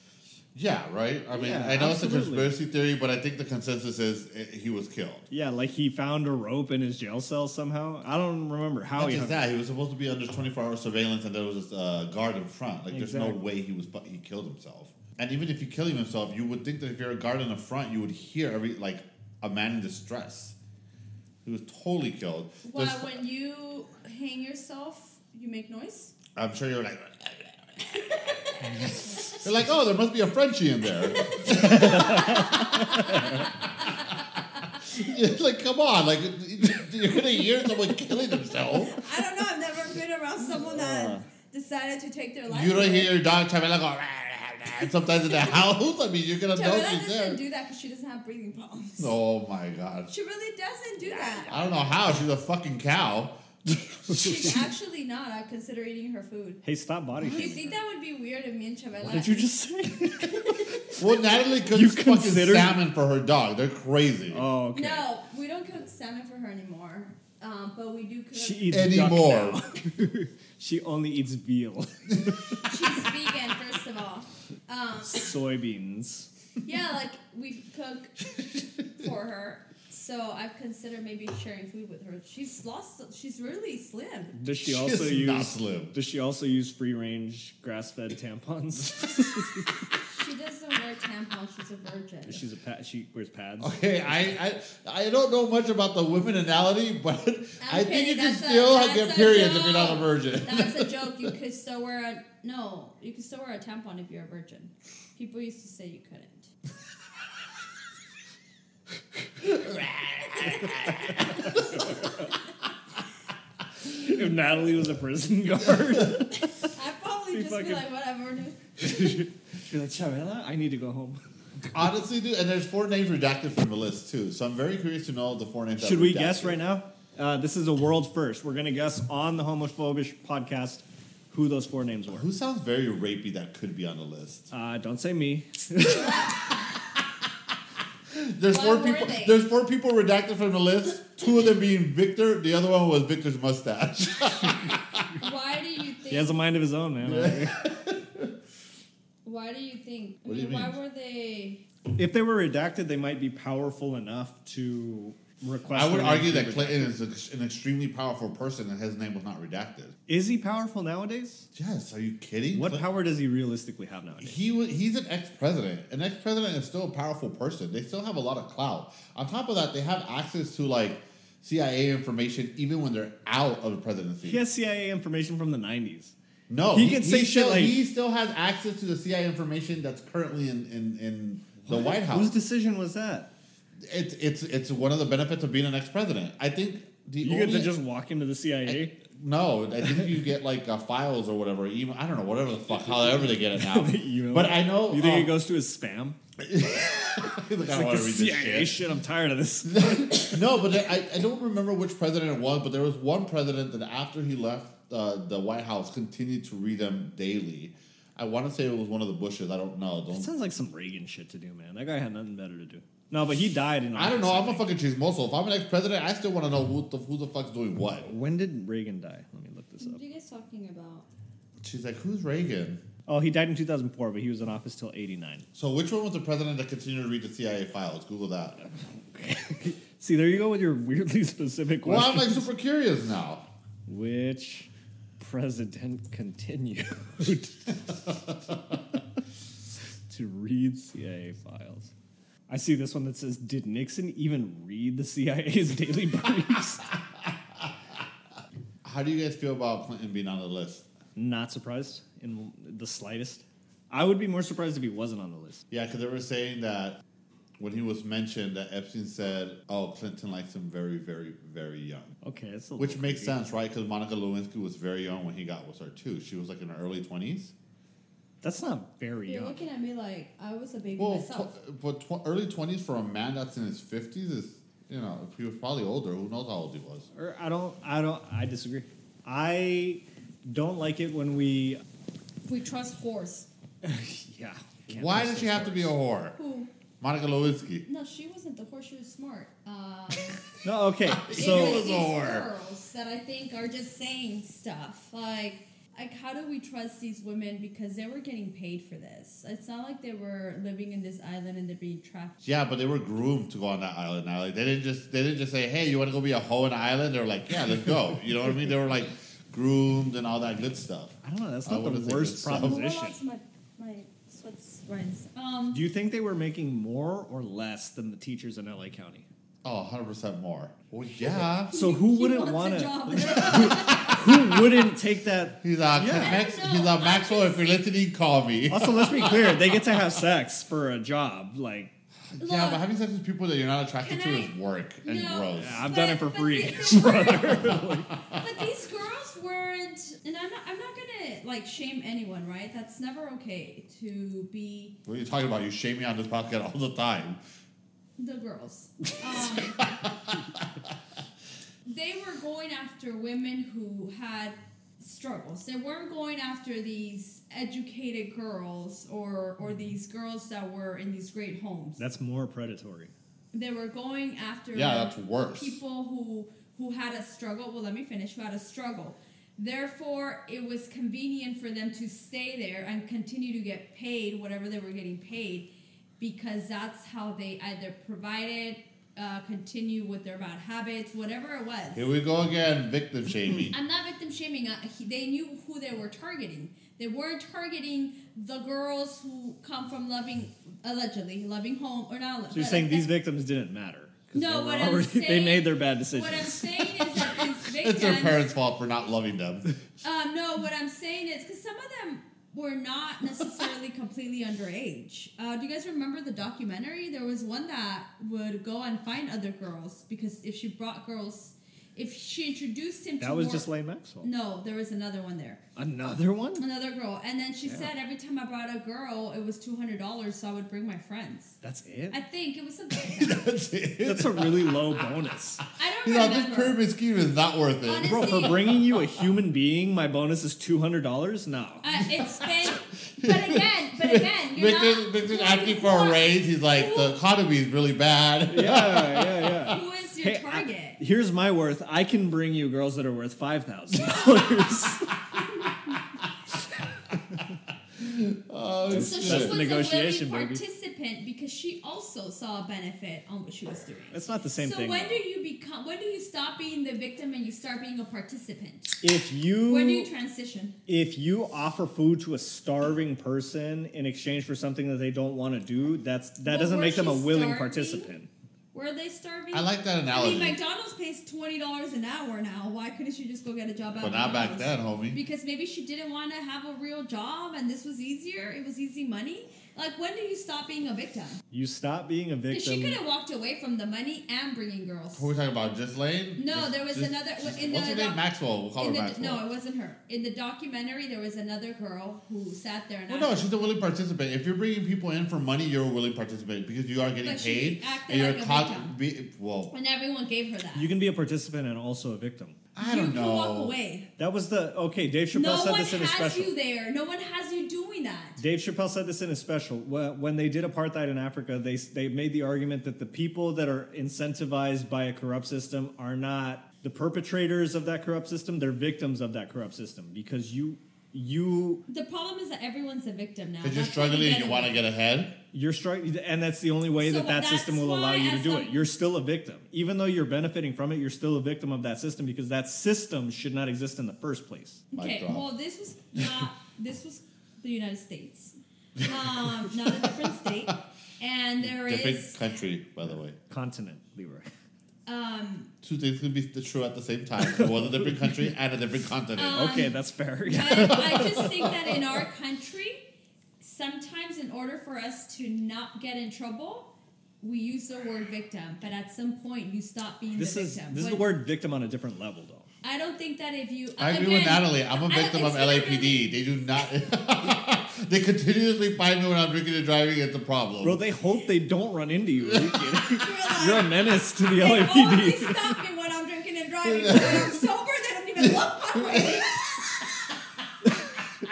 Speaker 1: Yeah, right. I mean,
Speaker 3: Yeah,
Speaker 1: I know
Speaker 3: absolutely.
Speaker 1: it's a conspiracy theory, but I think the consensus is eh, he was killed.
Speaker 3: Yeah, like he found a rope in his jail cell somehow. I don't remember how
Speaker 1: Not
Speaker 3: he
Speaker 1: just
Speaker 3: hung-
Speaker 1: that, he was supposed to be under 24 hour surveillance and there was this uh, guard in front. Like, there's no
Speaker 3: Exactly.
Speaker 1: way he was he killed himself. And even if he killed himself, you would think that if you're a guard in the front, you would hear every, like, a man in distress. He was totally killed.
Speaker 2: Why,
Speaker 1: There's-
Speaker 2: when you hang yourself, you make noise?
Speaker 1: I'm sure you're like, you're like, oh, there must be a Frenchie in there. You're like, come on, like, you're gonna hear someone killing himself.
Speaker 2: I don't know. I've never been around someone that decided to take their life.
Speaker 1: Ah. You don't hear your dog Chabela go "Rah, rah, rah," sometimes in the house. I mean, you're gonna know
Speaker 2: Chabela
Speaker 1: she's
Speaker 2: doesn't
Speaker 1: there.
Speaker 2: do that because she doesn't have breathing problems.
Speaker 1: Oh my god!
Speaker 2: She really doesn't do that.
Speaker 1: I don't know how she's a fucking cow.
Speaker 2: She's actually not. I consider eating her food.
Speaker 3: Hey, stop body
Speaker 2: Do you
Speaker 3: shaming.
Speaker 2: think that would be weird if me and Chabela?
Speaker 3: What did you just say?
Speaker 1: Well, Natalie cooks
Speaker 3: You
Speaker 1: fucking
Speaker 3: consider-
Speaker 1: salmon for her dog. They're crazy.
Speaker 3: oh, okay.
Speaker 2: No, we don't cook salmon for her anymore. Um, but we do cook.
Speaker 3: She eats
Speaker 1: Anymore.
Speaker 3: duck now. she only eats veal,
Speaker 2: she's vegan, first of all. Um,
Speaker 3: soybeans.
Speaker 2: yeah, like we cook for her. So I've considered maybe sharing food with her. She's lost. She's really slim.
Speaker 3: Does she
Speaker 1: She
Speaker 3: also
Speaker 1: is not
Speaker 3: use?
Speaker 1: slim.
Speaker 3: Does she also use free range grass fed tampons?
Speaker 2: She doesn't wear tampons. She's a virgin.
Speaker 3: She's a pa- she wears pads.
Speaker 1: Okay, I, I I don't know much about the womenality, but I
Speaker 2: Okay,
Speaker 1: think you can
Speaker 2: that's a-
Speaker 1: still
Speaker 2: that's
Speaker 1: get
Speaker 2: a
Speaker 1: periods if you're not a
Speaker 2: joke.
Speaker 1: virgin.
Speaker 2: That's a joke. You could still wear a no. You could still wear a tampon if you're a virgin. People used to say you couldn't.
Speaker 3: if Natalie was a prison guard,
Speaker 2: I'd probably just be
Speaker 3: Be fucking-
Speaker 2: like, whatever. dude.
Speaker 3: she'd be like, Chavela, I need to go home.
Speaker 1: Honestly, dude, and there's four names redacted from the list too. So I'm very curious to know the four names. that
Speaker 3: Should we
Speaker 1: redacted.
Speaker 3: guess right now? Uh, this is a world first. We're gonna guess on the homophobish podcast who those four names were.
Speaker 1: Who sounds very rapey that could be on the list?
Speaker 3: Uh, don't say me.
Speaker 1: There's
Speaker 2: Why
Speaker 1: four
Speaker 2: were
Speaker 1: people.
Speaker 2: they?
Speaker 1: There's four people redacted from the list. Two of them being Victor. The other one was Victor's mustache.
Speaker 2: Why do you think?
Speaker 3: He has a mind of his own, man.
Speaker 2: why do you think? I
Speaker 1: What do you
Speaker 2: mean, why
Speaker 1: mean?
Speaker 2: were they?
Speaker 3: If they were redacted, they might be powerful enough to request.
Speaker 1: I would
Speaker 3: their name
Speaker 1: argue
Speaker 3: be
Speaker 1: that
Speaker 3: redacted.
Speaker 1: Clinton is ex- an extremely powerful person and his name was not redacted.
Speaker 3: is he powerful nowadays?
Speaker 1: Yes, are you kidding?
Speaker 3: What
Speaker 1: Clin-
Speaker 3: power does he realistically have nowadays?
Speaker 1: He wa- he's an ex president. An ex president is still a powerful person. They still have a lot of clout. On top of that, they have access to like CIA information even when they're out of the presidency.
Speaker 3: He has CIA information from the '90s.
Speaker 1: No,
Speaker 3: He can say shit
Speaker 1: still,
Speaker 3: like-
Speaker 1: he still has access to the CIA information that's currently in in, in the White
Speaker 3: Whose
Speaker 1: House.
Speaker 3: decision was that?
Speaker 1: it's it's it's one of the benefits of being an ex president. I think the
Speaker 3: You get
Speaker 1: only-
Speaker 3: to just walk into the CIA.
Speaker 1: no. I think you get like uh, files or whatever. Even I don't know whatever the fuck. However they get it now.
Speaker 3: You know?
Speaker 1: but I know.
Speaker 3: You think
Speaker 1: um,
Speaker 3: it goes to his spam?
Speaker 1: Look, I
Speaker 3: It's
Speaker 1: don't
Speaker 3: like
Speaker 1: wanna
Speaker 3: the
Speaker 1: read this
Speaker 3: CIA
Speaker 1: shit.
Speaker 3: shit. I'm tired of this.
Speaker 1: no, but I, I don't remember which president it was, but there was one president that after he left uh, the White House continued to read them daily. I want to say it was one of the Bushes. I don't know.
Speaker 3: That
Speaker 1: Don't,
Speaker 3: sounds like some Reagan shit to do, man. That guy had nothing better to do. No, but he died in.
Speaker 1: I don't know.
Speaker 3: office,
Speaker 1: I'm a fucking chismoso. If I'm an ex-president, I still want to know who the, who the fuck's doing what.
Speaker 3: think. When did Reagan die? Let me look this up.
Speaker 2: What are you guys talking about?
Speaker 1: She's like, who's Reagan?
Speaker 3: Oh, he died in 2004, but he was in office till 89.
Speaker 1: So which one was the president that continued to read the CIA files? Google that.
Speaker 3: See, there you go with your weirdly specific
Speaker 1: Well,
Speaker 3: question.
Speaker 1: I'm like super curious now.
Speaker 3: Which president continued to read CIA files? I see this one that says, "Did Nixon even read the CIA's daily briefs?"
Speaker 1: How do you guys feel about Clinton being on the list?
Speaker 3: Not surprised in the slightest. I would be more surprised if he wasn't on the list.
Speaker 1: Yeah, because they were saying that when he was mentioned, that Epstein said, "Oh, Clinton likes him very, very, very young,"
Speaker 3: Okay, that's a
Speaker 1: which
Speaker 3: little
Speaker 1: makes
Speaker 3: creepy.
Speaker 1: sense, right? Because Monica Lewinsky was very young when he got with her too. She was like in her early twenties.
Speaker 3: That's not very
Speaker 2: You're
Speaker 3: young.
Speaker 2: looking at me like I was a baby
Speaker 1: Well,
Speaker 2: myself.
Speaker 1: tw- but tw- early twenties for a man that's in his fifties is, you know, if he was probably older. Who knows how old he was?
Speaker 3: Or I don't. I don't. I disagree. I don't like it when we.
Speaker 2: we trust horse.
Speaker 3: yeah. can't
Speaker 1: Why
Speaker 3: trust
Speaker 1: does she
Speaker 3: those
Speaker 1: have to be a
Speaker 3: words.
Speaker 1: whore?
Speaker 2: Who?
Speaker 1: Monica Lewinsky.
Speaker 2: No, she wasn't the horse. She was smart. Um,
Speaker 3: No. Okay.
Speaker 1: It
Speaker 2: it
Speaker 3: So
Speaker 1: was
Speaker 2: was
Speaker 1: a
Speaker 2: these
Speaker 1: whore.
Speaker 2: girls that I think are just saying stuff like, like how do we trust these women because they were getting paid for this? It's not like they were living in this island and they're being trafficked.
Speaker 1: Yeah, but they were groomed to go on that island. Now, like they didn't just they didn't just say, "Hey, you want to go be a hoe on an island?" They were like, "Yeah, let's go." You know what I mean? They were like groomed and all that good stuff.
Speaker 3: I don't know. That's
Speaker 1: I
Speaker 3: not
Speaker 1: wouldn't
Speaker 3: the
Speaker 1: say
Speaker 3: worst
Speaker 1: it's so.
Speaker 3: proposition.
Speaker 2: my my sweats runs. Um,
Speaker 3: Do you think they were making more or less than the teachers in LA County?
Speaker 1: Oh, 100 percent more. Well, yeah.
Speaker 3: So who
Speaker 2: he
Speaker 3: wouldn't want
Speaker 2: wants a job.
Speaker 3: to? Who wouldn't take that?
Speaker 1: He's uh,
Speaker 3: Yeah.
Speaker 1: Max,
Speaker 2: I don't
Speaker 1: he's
Speaker 2: know.
Speaker 1: uh, Maxwell. If you're listening, call me.
Speaker 3: Also, let's be clear. They get to have sex for a job. Like
Speaker 2: Look,
Speaker 1: yeah, but having sex with people that you're not attracted
Speaker 2: Can
Speaker 1: to
Speaker 2: I-
Speaker 1: is work and
Speaker 2: No.
Speaker 1: gross.
Speaker 3: Yeah, I've done it for
Speaker 2: But- but
Speaker 3: free,
Speaker 2: these-
Speaker 3: brother.
Speaker 2: but these girls weren't, and I'm not. I'm not gonna like shame anyone, right? That's never okay to be
Speaker 1: What are you talking about? You shame me on this podcast all the time.
Speaker 2: the girls. Um, they were going after women who had struggles. They weren't going after these educated girls or or these girls that were in these great homes.
Speaker 3: That's more predatory.
Speaker 2: they were going after
Speaker 1: Yeah, that's worse.
Speaker 2: people who who had a struggle well let me finish who had a struggle therefore it was convenient for them to stay there and continue to get paid whatever they were getting paid because that's how they either provided uh, continue with their bad habits whatever it was
Speaker 1: Here we go again, victim shaming.
Speaker 2: I'm not victim shaming. I, he, they knew who they were targeting. They weren't targeting the girls who come from loving, allegedly loving home or not.
Speaker 3: So you're
Speaker 2: but
Speaker 3: saying these
Speaker 2: that-
Speaker 3: victims didn't matter? 'cause
Speaker 2: No,
Speaker 3: they were
Speaker 2: what I'm
Speaker 3: they
Speaker 2: saying-
Speaker 3: made their bad
Speaker 2: What I'm
Speaker 3: decisions.
Speaker 2: saying is that these
Speaker 1: It's their
Speaker 2: victims.
Speaker 1: parents' fault for not loving them.
Speaker 2: Um, no, what I'm saying is because some of them were not necessarily completely underage. Uh, do you guys remember the documentary? There was one that would go and find other girls because if she brought girls, if she introduced him to
Speaker 3: That was
Speaker 2: more-
Speaker 3: just Lane Maxwell.
Speaker 2: No, there was another one there.
Speaker 3: Another one?
Speaker 2: Another girl. And then she
Speaker 3: Yeah.
Speaker 2: said every time I brought a girl, it was $200, so I would bring my friends.
Speaker 3: That's it.
Speaker 2: I think it was something like that.
Speaker 1: That's it.
Speaker 3: That's a really low bonus.
Speaker 2: I don't
Speaker 1: You know, this
Speaker 2: remember.
Speaker 1: pyramid scheme is not worth it.
Speaker 2: Honest-
Speaker 3: Bro, for bringing you a human being, my bonus is $200? No.
Speaker 2: Uh, it's been, but again, but again, you're
Speaker 1: Victor,
Speaker 2: not.
Speaker 1: Victor's
Speaker 2: who-
Speaker 1: asking for a raise. He's like, the economy is really bad.
Speaker 3: Yeah, yeah, yeah.
Speaker 2: Who is your
Speaker 3: Hey, I-
Speaker 2: target?
Speaker 3: here's my worth. I can bring you girls that are worth $5,000.
Speaker 1: Oh,
Speaker 2: so
Speaker 1: shit.
Speaker 2: she was
Speaker 3: negotiation,
Speaker 1: Oh,
Speaker 2: a willing
Speaker 3: baby.
Speaker 2: participant repent because she also saw a benefit on what she was doing.
Speaker 3: It's not the same
Speaker 2: so
Speaker 3: thing.
Speaker 2: when
Speaker 3: though.
Speaker 2: do you become? When do you stop being the victim and you start being a participant?
Speaker 3: if you,
Speaker 2: When do you transition?
Speaker 3: if you offer food to a starving person in exchange for something that they don't want to do, that's that
Speaker 2: Well,
Speaker 3: doesn't
Speaker 2: weren't
Speaker 3: make them a
Speaker 2: you
Speaker 3: willing
Speaker 2: starving?
Speaker 3: participant.
Speaker 2: Were they starving?
Speaker 1: I like that
Speaker 2: I
Speaker 1: analogy,
Speaker 2: mean, McDonald's pays twenty dollars an hour now. Why couldn't she just go get a job? at
Speaker 1: but not back
Speaker 2: McDonald's?
Speaker 1: then, homie.
Speaker 2: Because maybe she didn't want to have a real job, and this was easier. It was easy money. Like, when do you stop being a victim?
Speaker 3: You stop being a
Speaker 2: Because she could
Speaker 3: victim.
Speaker 2: have walked away from the money and bringing girls.
Speaker 1: Who are we talking about? Just Lane?
Speaker 2: No,
Speaker 1: Gis-
Speaker 2: there was
Speaker 1: Gis-
Speaker 2: another-
Speaker 1: Gis-
Speaker 2: in
Speaker 1: what's
Speaker 2: the
Speaker 1: her name?
Speaker 2: doc-
Speaker 1: Maxwell. We'll call her
Speaker 2: In the,
Speaker 1: Maxwell.
Speaker 2: no, it wasn't her. In the documentary, there was another girl who sat there and
Speaker 1: Well, no,
Speaker 2: acted-
Speaker 1: she's a willing participant. If you're bringing people in for money, you're a willing participant because you are getting
Speaker 2: But she
Speaker 1: paid
Speaker 2: acted
Speaker 1: and you're
Speaker 2: like a
Speaker 1: caught.
Speaker 2: victim.
Speaker 1: Be, well,
Speaker 2: and everyone gave her that.
Speaker 3: You can be a participant and also a victim.
Speaker 1: I don't
Speaker 2: you
Speaker 1: know.
Speaker 2: Can walk away.
Speaker 3: That was the okay. Dave Chappelle
Speaker 2: no
Speaker 3: said
Speaker 2: one
Speaker 3: this in his
Speaker 2: has
Speaker 3: special.
Speaker 2: you there. No one has you doing that.
Speaker 3: Dave Chappelle said this in his special. Wh- When they did apartheid in Africa, they they made the argument that the people that are incentivized by a corrupt system are not the perpetrators of that corrupt system; they're victims of that corrupt system because you you
Speaker 2: The problem is that everyone's a victim now.
Speaker 1: Because you're
Speaker 2: That's how
Speaker 1: struggling and you
Speaker 2: away.
Speaker 1: want to get ahead.
Speaker 3: you're struggling, and that's the only way
Speaker 2: So
Speaker 3: that that
Speaker 2: that's
Speaker 3: system will allow
Speaker 2: why
Speaker 3: you to
Speaker 2: as
Speaker 3: do
Speaker 2: some-
Speaker 3: it. You're still a victim, even though you're benefiting from it. You're still a victim of that system because that system should not exist in the first place.
Speaker 1: Mic
Speaker 2: Okay,
Speaker 1: drop.
Speaker 2: well, this was not. This was the United States, um, not a different state, and there is
Speaker 1: Different country, by the way.
Speaker 3: Continent, Leroy.
Speaker 2: um,
Speaker 1: Two things can be th- true at the same time. It was a different country and a different continent.
Speaker 2: Um,
Speaker 3: Okay, that's fair.
Speaker 2: but I just think that in our country, sometimes in order for us to not get in trouble, we use the word victim. But at some point, you stop being
Speaker 3: this
Speaker 2: the
Speaker 3: is
Speaker 2: victim.
Speaker 3: this is the
Speaker 2: When-
Speaker 3: word victim on a different level, though.
Speaker 2: I don't think that if you,
Speaker 1: I agree
Speaker 2: again,
Speaker 1: with Natalie. I'm a
Speaker 2: I don't-
Speaker 1: victim of
Speaker 2: it's gonna
Speaker 1: LAPD. They do not. they continuously find me when I'm drinking and driving. It's a problem.
Speaker 3: Bro, they hope they don't run into you. Are you kidding?
Speaker 2: really-
Speaker 3: You're a menace to the
Speaker 2: They only
Speaker 3: LAPD.
Speaker 2: stop me when I'm drinking and driving. When I'm sober, they don't even look my way.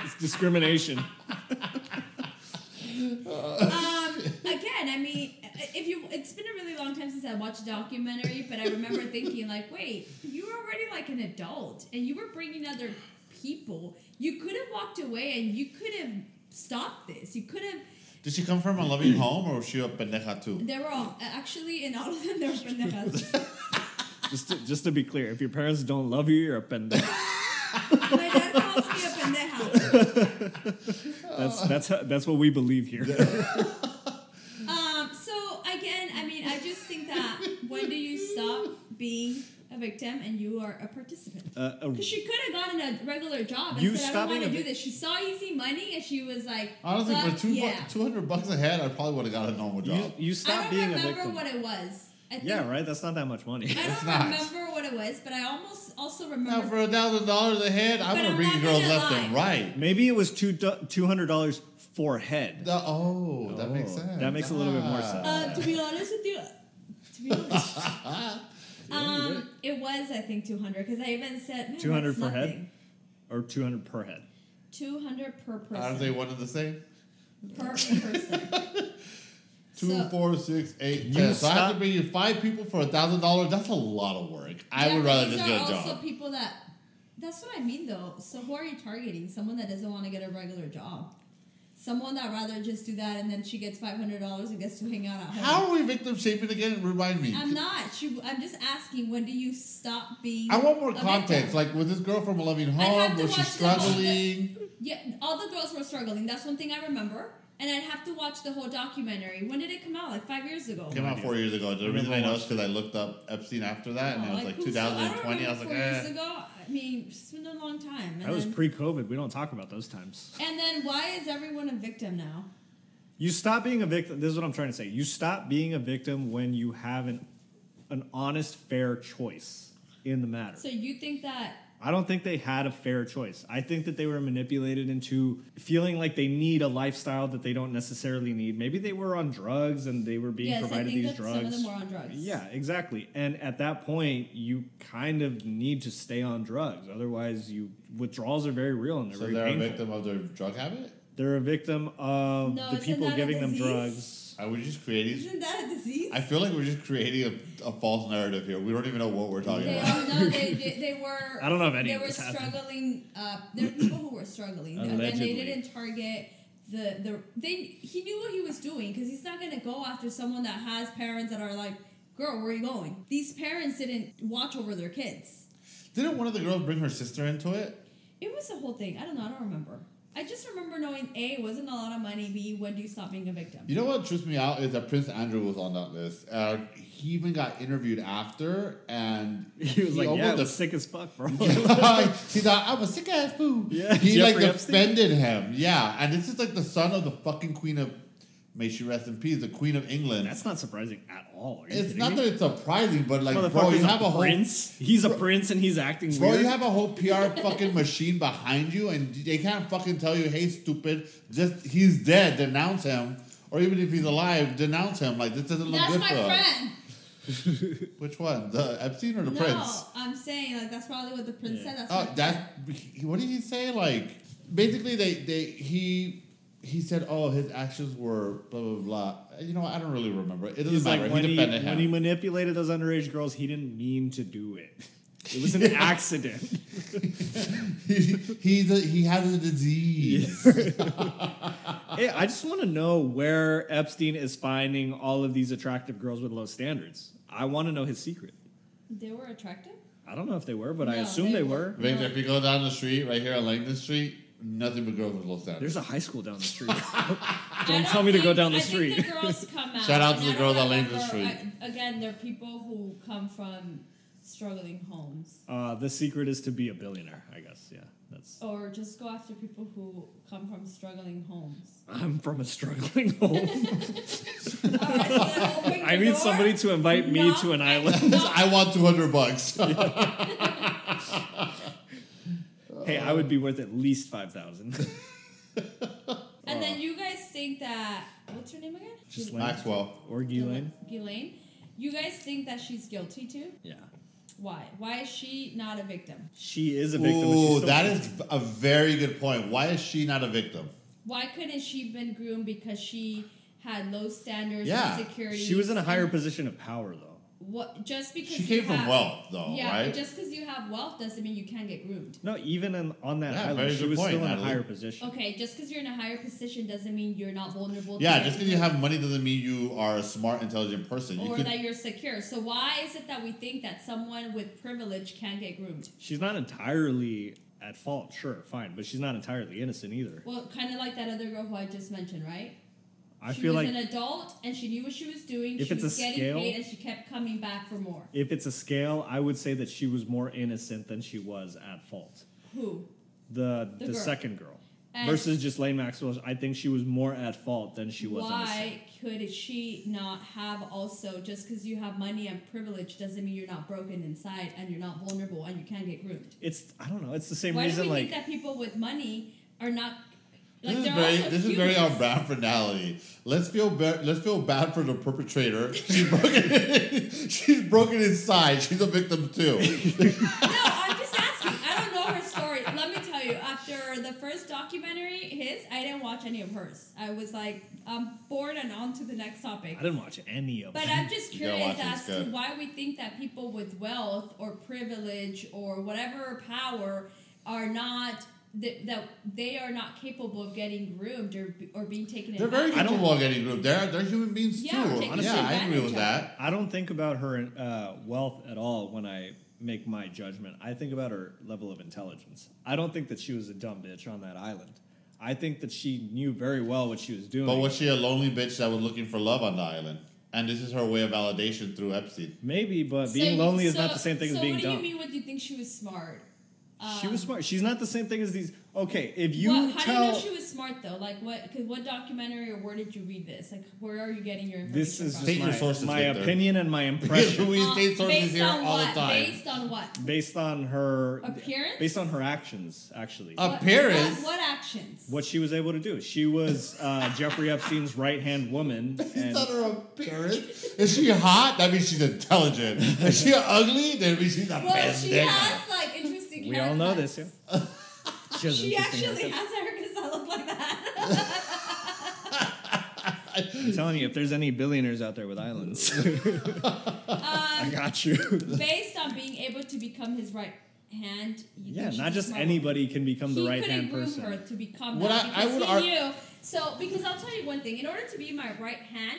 Speaker 3: It's discrimination.
Speaker 2: Um, again, I mean, if you, it's been a really long time since I watched a documentary, but I remember thinking, like, wait, you were already like an adult, and you were bringing other people. You could have walked away, and you could have stopped this. You could have.
Speaker 1: Did she come from a loving home or was she a pendeja too?
Speaker 2: They were all actually in all of them. They were pendejas.
Speaker 3: Just to, just to be clear, if your parents don't love you, you're a pendejo.
Speaker 2: My dad calls me a pendeja.
Speaker 3: That's that's how, that's what we believe here.
Speaker 2: Um, so again, I mean, I just think that when do you stop being a victim and you are a participant?
Speaker 3: Uh, a-
Speaker 2: Because she could have gotten a regular job and
Speaker 3: You
Speaker 2: said, "I
Speaker 3: stop
Speaker 2: don't want
Speaker 3: being
Speaker 2: to
Speaker 3: a
Speaker 2: do
Speaker 3: vic-
Speaker 2: this." She saw easy money and she was like,
Speaker 1: Honestly,
Speaker 2: "Fuck
Speaker 1: for two
Speaker 2: yeah."
Speaker 1: two hundred bucks a head, I probably would have got a normal job.
Speaker 3: you, you
Speaker 2: I
Speaker 3: stop
Speaker 2: don't
Speaker 3: being a
Speaker 2: remember
Speaker 3: victim.
Speaker 2: what it was. I think,
Speaker 3: Yeah, right. That's not that much money.
Speaker 2: I
Speaker 1: It's
Speaker 2: don't
Speaker 1: not.
Speaker 2: remember what it was, but I almost also
Speaker 1: now
Speaker 2: remember.
Speaker 1: for a thousand dollars a head, I'm
Speaker 2: But
Speaker 1: gonna
Speaker 2: I'm
Speaker 1: bring
Speaker 2: not
Speaker 1: you girls
Speaker 2: gonna
Speaker 1: left
Speaker 2: lie.
Speaker 1: and right.
Speaker 3: Maybe it was two two hundred dollars for head.
Speaker 1: The- oh, that makes
Speaker 3: Oh,
Speaker 1: sense.
Speaker 3: that makes a little bit more
Speaker 1: Ah.
Speaker 3: sense.
Speaker 2: uh, to be honest with you, to be honest, um, it was I think two hundred because I even said "Man,
Speaker 3: Two hundred
Speaker 2: that's
Speaker 3: for head,
Speaker 2: nothing."
Speaker 3: or two hundred per head.
Speaker 2: Two hundred per person.
Speaker 1: Aren't they one and the same?
Speaker 2: per person.
Speaker 1: Two,
Speaker 2: So-
Speaker 1: four, six, eight,
Speaker 3: You
Speaker 1: ten. So I have to
Speaker 3: stop-
Speaker 1: bring you five people for a thousand dollars. That's a lot of work. I
Speaker 2: Yeah,
Speaker 1: would
Speaker 2: but
Speaker 1: rather
Speaker 2: these
Speaker 1: just
Speaker 2: are
Speaker 1: get a
Speaker 2: also
Speaker 1: job.
Speaker 2: people that. That's what I mean, though. So who are you targeting? Someone that doesn't want to get a regular job. Someone that rather just do that, and then she gets five hundred dollars and gets to hang out at home.
Speaker 1: How are we victim shaping again? Remind me.
Speaker 2: I'm not. She, I'm just asking. When do you stop being?
Speaker 1: I want more
Speaker 2: a victim?
Speaker 1: context. Like, was this girl from a loving home?
Speaker 2: have to
Speaker 1: Was she
Speaker 2: watch the whole
Speaker 1: struggling?
Speaker 2: yeah, all the girls were struggling. That's one thing I remember. And I'd have to watch the whole documentary. When did it come out? Like five years ago.
Speaker 1: Came out four years ago. The
Speaker 3: I
Speaker 1: reason I
Speaker 3: never
Speaker 1: know is because I looked up Epstein after that, and
Speaker 2: Oh,
Speaker 1: it was like
Speaker 2: who's- I,
Speaker 1: 2020.
Speaker 2: don't
Speaker 1: I was like,
Speaker 2: remember four years
Speaker 1: eh.
Speaker 2: ago. I mean, it's been a long time. And
Speaker 3: That was
Speaker 2: then-
Speaker 3: pre-COVID. We don't talk about those times.
Speaker 2: And then why is everyone a victim now?
Speaker 3: You stop being a victim. This is what I'm trying to say. You stop being a victim when you have an an honest, fair choice in the matter.
Speaker 2: So you think that
Speaker 3: I don't think they had a fair choice. I think that they were manipulated into feeling like they need a lifestyle that they don't necessarily need. Maybe they were on drugs and they were being
Speaker 2: yes, I
Speaker 3: provided
Speaker 2: think
Speaker 3: these
Speaker 2: that some of
Speaker 3: drugs.
Speaker 2: them were on drugs.
Speaker 3: Yeah, exactly. And at that point, you kind of need to stay on drugs. Otherwise, you withdrawals are very real and they're
Speaker 1: So
Speaker 3: very
Speaker 1: they're
Speaker 3: painful.
Speaker 1: a victim of their drug habit?
Speaker 3: They're a victim of
Speaker 2: No,
Speaker 3: the
Speaker 2: isn't
Speaker 3: people
Speaker 2: that a
Speaker 3: giving them
Speaker 2: disease?
Speaker 3: drugs.
Speaker 1: Are we just creating?
Speaker 2: Isn't that a disease?
Speaker 1: I feel like we're just creating a, a false narrative here. We don't even know what we're talking
Speaker 2: they,
Speaker 1: about.
Speaker 2: all no, they, they, they were.
Speaker 3: I don't know if any
Speaker 2: They
Speaker 3: of
Speaker 2: were
Speaker 3: this happened.
Speaker 2: struggling. Uh, there were people who were struggling, and they
Speaker 3: Allegedly.
Speaker 2: didn't target the the they he knew what he was doing because he's not gonna go after someone that has parents that are like, girl, where are you going? These parents didn't watch over their kids.
Speaker 1: Didn't one of the girls bring her sister into it?
Speaker 2: It was a whole thing. I don't know. I don't remember. I just remember knowing A it wasn't a lot of money. B when do you stop being a victim?
Speaker 1: You know what trips me out is that Prince Andrew was on that list. Uh, he even got interviewed after, and
Speaker 3: He was like, yeah, it
Speaker 1: almost
Speaker 3: was sick as fuck, bro.
Speaker 1: he thought I'm a sick ass fool.
Speaker 3: Yeah,
Speaker 1: he like
Speaker 3: Jeffrey Epstein.
Speaker 1: offended him. Yeah, and this is like the son of the fucking queen of, may she rest in peace, the queen of England.
Speaker 3: That's not surprising at all. Are you
Speaker 1: it's
Speaker 3: kidding
Speaker 1: not
Speaker 3: me?
Speaker 1: that it's surprising, but like, bro,
Speaker 3: Motherfucker's
Speaker 1: you have a whole
Speaker 3: prince. He's a prince and he's acting
Speaker 1: Bro,
Speaker 3: weird.
Speaker 1: you have a whole PR fucking machine behind you, and they can't fucking tell you, "Hey, stupid, just he's dead. Denounce him." Or even if he's alive, denounce him. Like this doesn't look
Speaker 2: That's
Speaker 1: good
Speaker 2: my
Speaker 1: for us.
Speaker 2: friend.
Speaker 1: Which one, the Epstein or the
Speaker 2: no,
Speaker 1: Prince?
Speaker 2: I'm saying like that's probably what the prince
Speaker 3: Yeah.
Speaker 2: said. That's
Speaker 1: Oh,
Speaker 2: my friend.
Speaker 1: that. he- What did he say? Like basically, they they he he said, "Oh, his actions were blah blah blah." You know, what? I don't really remember. It doesn't
Speaker 3: He's
Speaker 1: matter.
Speaker 3: like when
Speaker 1: he
Speaker 3: he,
Speaker 1: defended him.
Speaker 3: when he manipulated those underage girls, he didn't mean to do it. It was an accident.
Speaker 1: he's a, he has a disease.
Speaker 3: Hey, I just want to know where Epstein is finding all of these attractive girls with low standards. I want to know his secret.
Speaker 2: they were attractive.
Speaker 1: Ah.
Speaker 3: I don't know if they were, but I
Speaker 2: No,
Speaker 3: assume
Speaker 2: they
Speaker 3: they
Speaker 2: were.
Speaker 3: were.
Speaker 1: Victor, if you go down the street right here on Langdon Street, nothing but girls with low standards.
Speaker 3: There's a high school down the street.
Speaker 2: I
Speaker 3: Don't tell me to go
Speaker 2: think-
Speaker 3: down the
Speaker 2: I think
Speaker 3: street.
Speaker 2: the girls come out.
Speaker 1: Shout out
Speaker 2: and
Speaker 1: to the
Speaker 2: I
Speaker 1: girls
Speaker 2: don't
Speaker 1: on Langdon
Speaker 2: remember- I- again, they're people who come from struggling homes,
Speaker 3: uh, the secret is to be a billionaire, I guess. Yeah, that's.
Speaker 2: or just go after people who come from struggling homes.
Speaker 3: I'm from a struggling home.
Speaker 2: All right, so then open
Speaker 3: I
Speaker 2: your
Speaker 3: need
Speaker 2: door.
Speaker 3: somebody to invite me
Speaker 2: Knock
Speaker 3: to an
Speaker 2: and
Speaker 3: island.
Speaker 2: knock.
Speaker 1: I want 200 bucks.
Speaker 3: hey, I would be worth at least five thousand.
Speaker 2: And then you guys think that what's her name again?
Speaker 3: Just
Speaker 2: Ghislaine.
Speaker 3: like-
Speaker 1: Maxwell.
Speaker 3: or Ghislaine.
Speaker 2: Ghislaine. You guys think that she's guilty too?
Speaker 3: Yeah,
Speaker 2: Why? Why is she not a victim?
Speaker 3: she is a victim. and she's
Speaker 1: Ooh,
Speaker 3: still-
Speaker 1: that is a very good point. Why is she not a victim?
Speaker 2: Why couldn't she been groomed because she had low standards,
Speaker 1: Yeah.
Speaker 2: insecurities?
Speaker 3: She was in a higher
Speaker 2: and
Speaker 3: position of power, though.
Speaker 2: What? Just because
Speaker 1: She
Speaker 2: you
Speaker 1: came from
Speaker 2: have-
Speaker 1: wealth, though,
Speaker 2: yeah,
Speaker 1: right?
Speaker 2: just because you have wealth doesn't mean you can't get groomed.
Speaker 3: No, even in, on that
Speaker 1: Yeah, very
Speaker 3: island, she
Speaker 1: good
Speaker 3: was
Speaker 1: point,
Speaker 3: still in a
Speaker 1: Natalie.
Speaker 3: higher position.
Speaker 2: Okay, just because you're in a higher position doesn't mean you're not vulnerable.
Speaker 1: Yeah,
Speaker 2: to
Speaker 1: just because you have money doesn't mean you are a smart, intelligent person. You
Speaker 2: or
Speaker 1: could,
Speaker 2: that you're secure. So why is it that we think that someone with privilege can get groomed?
Speaker 3: She's not entirely at fault, sure, fine, but she's not entirely innocent either.
Speaker 2: Well, kind of like that other girl who I just mentioned, right?
Speaker 3: I
Speaker 2: she
Speaker 3: feel
Speaker 2: was
Speaker 3: like
Speaker 2: an adult and she knew what she was doing.
Speaker 3: If
Speaker 2: she
Speaker 3: it's a
Speaker 2: was getting
Speaker 3: scale-
Speaker 2: paid and she kept coming back for more.
Speaker 3: if it's a scale, I would say that she was more innocent than she was at fault.
Speaker 2: Who?
Speaker 3: The
Speaker 2: The
Speaker 3: the,
Speaker 2: girl.
Speaker 3: second girl
Speaker 2: And-
Speaker 3: versus just Lane Maxwell, I think she was more at fault than she was innocent.
Speaker 2: Why could she not have also just because you have money and privilege doesn't mean you're not broken inside and you're not vulnerable and you can get groomed?
Speaker 3: It's I don't know. It's the same
Speaker 2: Why do
Speaker 3: reason
Speaker 2: we
Speaker 3: like
Speaker 2: think that people with money are not like
Speaker 1: this is
Speaker 2: they're
Speaker 1: very,
Speaker 2: also
Speaker 1: this is very
Speaker 2: humans.
Speaker 1: on brand for Natalie. Let's feel, ba- let's feel bad for the perpetrator. She's broken. she's broken inside. She's a victim too.
Speaker 2: No, I'm just asking. I don't know her story. Let me tell you, after the first documentary, his, I didn't watch any of hers. I was like, I'm bored and on to the next topic.
Speaker 3: I didn't watch any of
Speaker 2: But
Speaker 3: them.
Speaker 2: I'm just
Speaker 1: You gotta watch
Speaker 2: curious
Speaker 1: it, it's
Speaker 2: as to
Speaker 1: good.
Speaker 2: why we think that people with wealth or privilege or whatever power are not that, that they are not capable of getting groomed or, or being taken.
Speaker 1: They're very
Speaker 3: I
Speaker 2: advantage
Speaker 3: don't-
Speaker 1: capable of getting grouped. They're, they're human beings
Speaker 2: Yeah,
Speaker 1: too.
Speaker 2: taking
Speaker 1: Yeah, I agree
Speaker 2: advantage
Speaker 1: with
Speaker 2: of.
Speaker 1: that.
Speaker 3: I don't think about her uh, wealth at all when I make my judgment. I think about her level of intelligence. I don't think that she was a dumb bitch on that island. I think that she knew very well what she was doing.
Speaker 1: But was she a lonely bitch that was looking for love on the island? And this is her way of validation through Epstein.
Speaker 3: Maybe, but
Speaker 2: of.
Speaker 3: being
Speaker 2: So-
Speaker 3: lonely is
Speaker 2: so-
Speaker 3: not the same thing
Speaker 2: so
Speaker 3: as being
Speaker 2: what
Speaker 3: dumb.
Speaker 2: do you mean? What do you think she was smart?
Speaker 3: she was
Speaker 2: Um,
Speaker 3: smart. She's not the same thing as these. Okay, if you
Speaker 2: What- how do
Speaker 3: tell
Speaker 2: you know she was smart though? Like what? Cause what documentary or where did you read this? Like where are you getting your information
Speaker 3: this is
Speaker 2: from?
Speaker 3: just
Speaker 1: State your
Speaker 3: my,
Speaker 1: sources,
Speaker 3: my
Speaker 1: Victor.
Speaker 3: opinion and my
Speaker 1: Because
Speaker 3: impression
Speaker 1: we
Speaker 2: Um,
Speaker 1: state sources
Speaker 2: based
Speaker 1: here
Speaker 2: on
Speaker 1: all
Speaker 2: what?
Speaker 1: the time.
Speaker 2: Based on what?
Speaker 3: based on her
Speaker 2: Appearance?
Speaker 3: based on her actions. Actually,
Speaker 1: Uh,
Speaker 2: What-
Speaker 1: Appearance?
Speaker 2: What, what actions?
Speaker 3: what she was able to do. She was uh, Jeffrey Epstein's right hand woman.
Speaker 1: Is
Speaker 3: And
Speaker 1: that her appearance? Is she hot? That means she's intelligent. Is she ugly? That means she's a
Speaker 2: Well,
Speaker 1: best
Speaker 2: she
Speaker 1: nigga.
Speaker 2: has like interesting.
Speaker 3: we all know
Speaker 2: haircuts.
Speaker 3: this. Yeah. She, has
Speaker 2: She
Speaker 3: interesting
Speaker 2: actually
Speaker 3: haircuts.
Speaker 2: has haircuts that look like that.
Speaker 3: I'm telling you, if there's any billionaires out there with islands, I
Speaker 2: Um,
Speaker 3: got you.
Speaker 2: based on being able to become his right hand. you
Speaker 3: Yeah,
Speaker 2: think she's
Speaker 3: not just
Speaker 2: smart.
Speaker 3: anybody can become
Speaker 2: He
Speaker 3: the right
Speaker 2: couldn't
Speaker 3: hand
Speaker 2: groom
Speaker 3: person.
Speaker 2: her to become
Speaker 1: What
Speaker 2: that
Speaker 1: I- I
Speaker 2: because
Speaker 1: would
Speaker 2: he
Speaker 1: ar-
Speaker 2: knew So, because I'll tell you one thing, in order to be my right hand,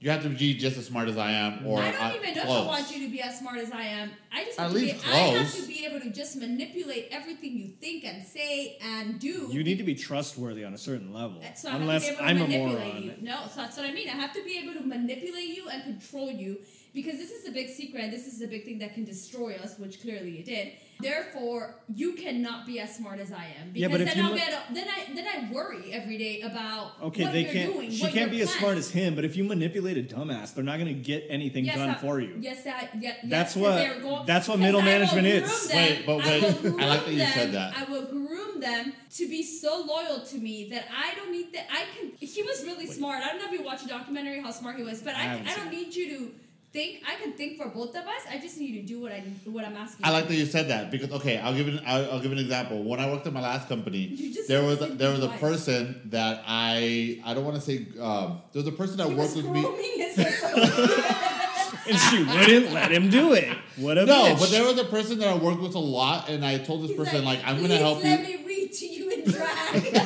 Speaker 1: You have to be just as smart as I am, or
Speaker 2: I don't
Speaker 1: I-
Speaker 2: even know
Speaker 1: close.
Speaker 2: if I want you to be as smart as I am. I just
Speaker 1: At
Speaker 2: have to
Speaker 1: least
Speaker 2: be, I have
Speaker 1: close.
Speaker 2: to be able to just manipulate everything you think and say and do.
Speaker 3: You need to be trustworthy on a certain level.
Speaker 2: so I
Speaker 3: Unless
Speaker 2: have to be
Speaker 3: I'm
Speaker 2: able
Speaker 3: a
Speaker 2: to manipulate
Speaker 3: moron.
Speaker 2: you. No, so that's what I mean. I have to be able to manipulate you and control you because this is a big secret and this is a big thing that can destroy us, which clearly it did. Therefore, you cannot be as smart as I am because
Speaker 3: Yeah, but if
Speaker 2: then
Speaker 3: you
Speaker 2: I'll
Speaker 3: look-
Speaker 2: get then I then I worry every day about
Speaker 3: Okay,
Speaker 2: what
Speaker 3: they
Speaker 2: you're
Speaker 3: can't.
Speaker 2: doing,
Speaker 3: she
Speaker 2: what
Speaker 3: can't
Speaker 2: your
Speaker 3: be as
Speaker 2: plan-
Speaker 3: smart as him. But if you manipulate a dumbass, they're not going to get anything
Speaker 2: Yes,
Speaker 3: done
Speaker 2: I-
Speaker 3: for you.
Speaker 2: Yes, that. Yeah,
Speaker 3: That's
Speaker 2: yes, 'cause
Speaker 3: what-
Speaker 2: they're go-
Speaker 3: that's what
Speaker 2: 'cause
Speaker 3: middle
Speaker 2: I will
Speaker 3: management
Speaker 2: groom
Speaker 3: is.
Speaker 2: them-
Speaker 1: Wait, but
Speaker 2: I
Speaker 1: wait,
Speaker 2: will groom
Speaker 1: I like that you said
Speaker 2: them-
Speaker 1: that.
Speaker 2: I will groom them to be so loyal to me that I don't need that. I can. He was really smart. I don't know if you watched a documentary how smart he was, but
Speaker 3: I
Speaker 2: I,
Speaker 3: haven't
Speaker 2: I
Speaker 3: seen
Speaker 2: don't
Speaker 3: it.
Speaker 2: need you to think. I can think for both of us. I just need you to do what I what I'm asking.
Speaker 1: I
Speaker 2: you
Speaker 1: like
Speaker 2: to
Speaker 1: that you said that because okay, I'll give it. I'll, I'll give an example. When I worked at my last
Speaker 2: You
Speaker 1: company,
Speaker 2: just
Speaker 1: there was a,
Speaker 2: said
Speaker 1: there was a
Speaker 2: twice.
Speaker 1: person that I I don't want to say um, there was a person that
Speaker 2: do. He was
Speaker 1: worked with me.
Speaker 2: grooming his associate.
Speaker 3: And she wouldn't let him do it. What a
Speaker 1: No,
Speaker 3: bitch.
Speaker 1: but there was a person that I worked with a lot, and I told this
Speaker 2: He's
Speaker 1: person like, I'm gonna
Speaker 2: "Please
Speaker 1: help you.
Speaker 2: let me read to you in drag.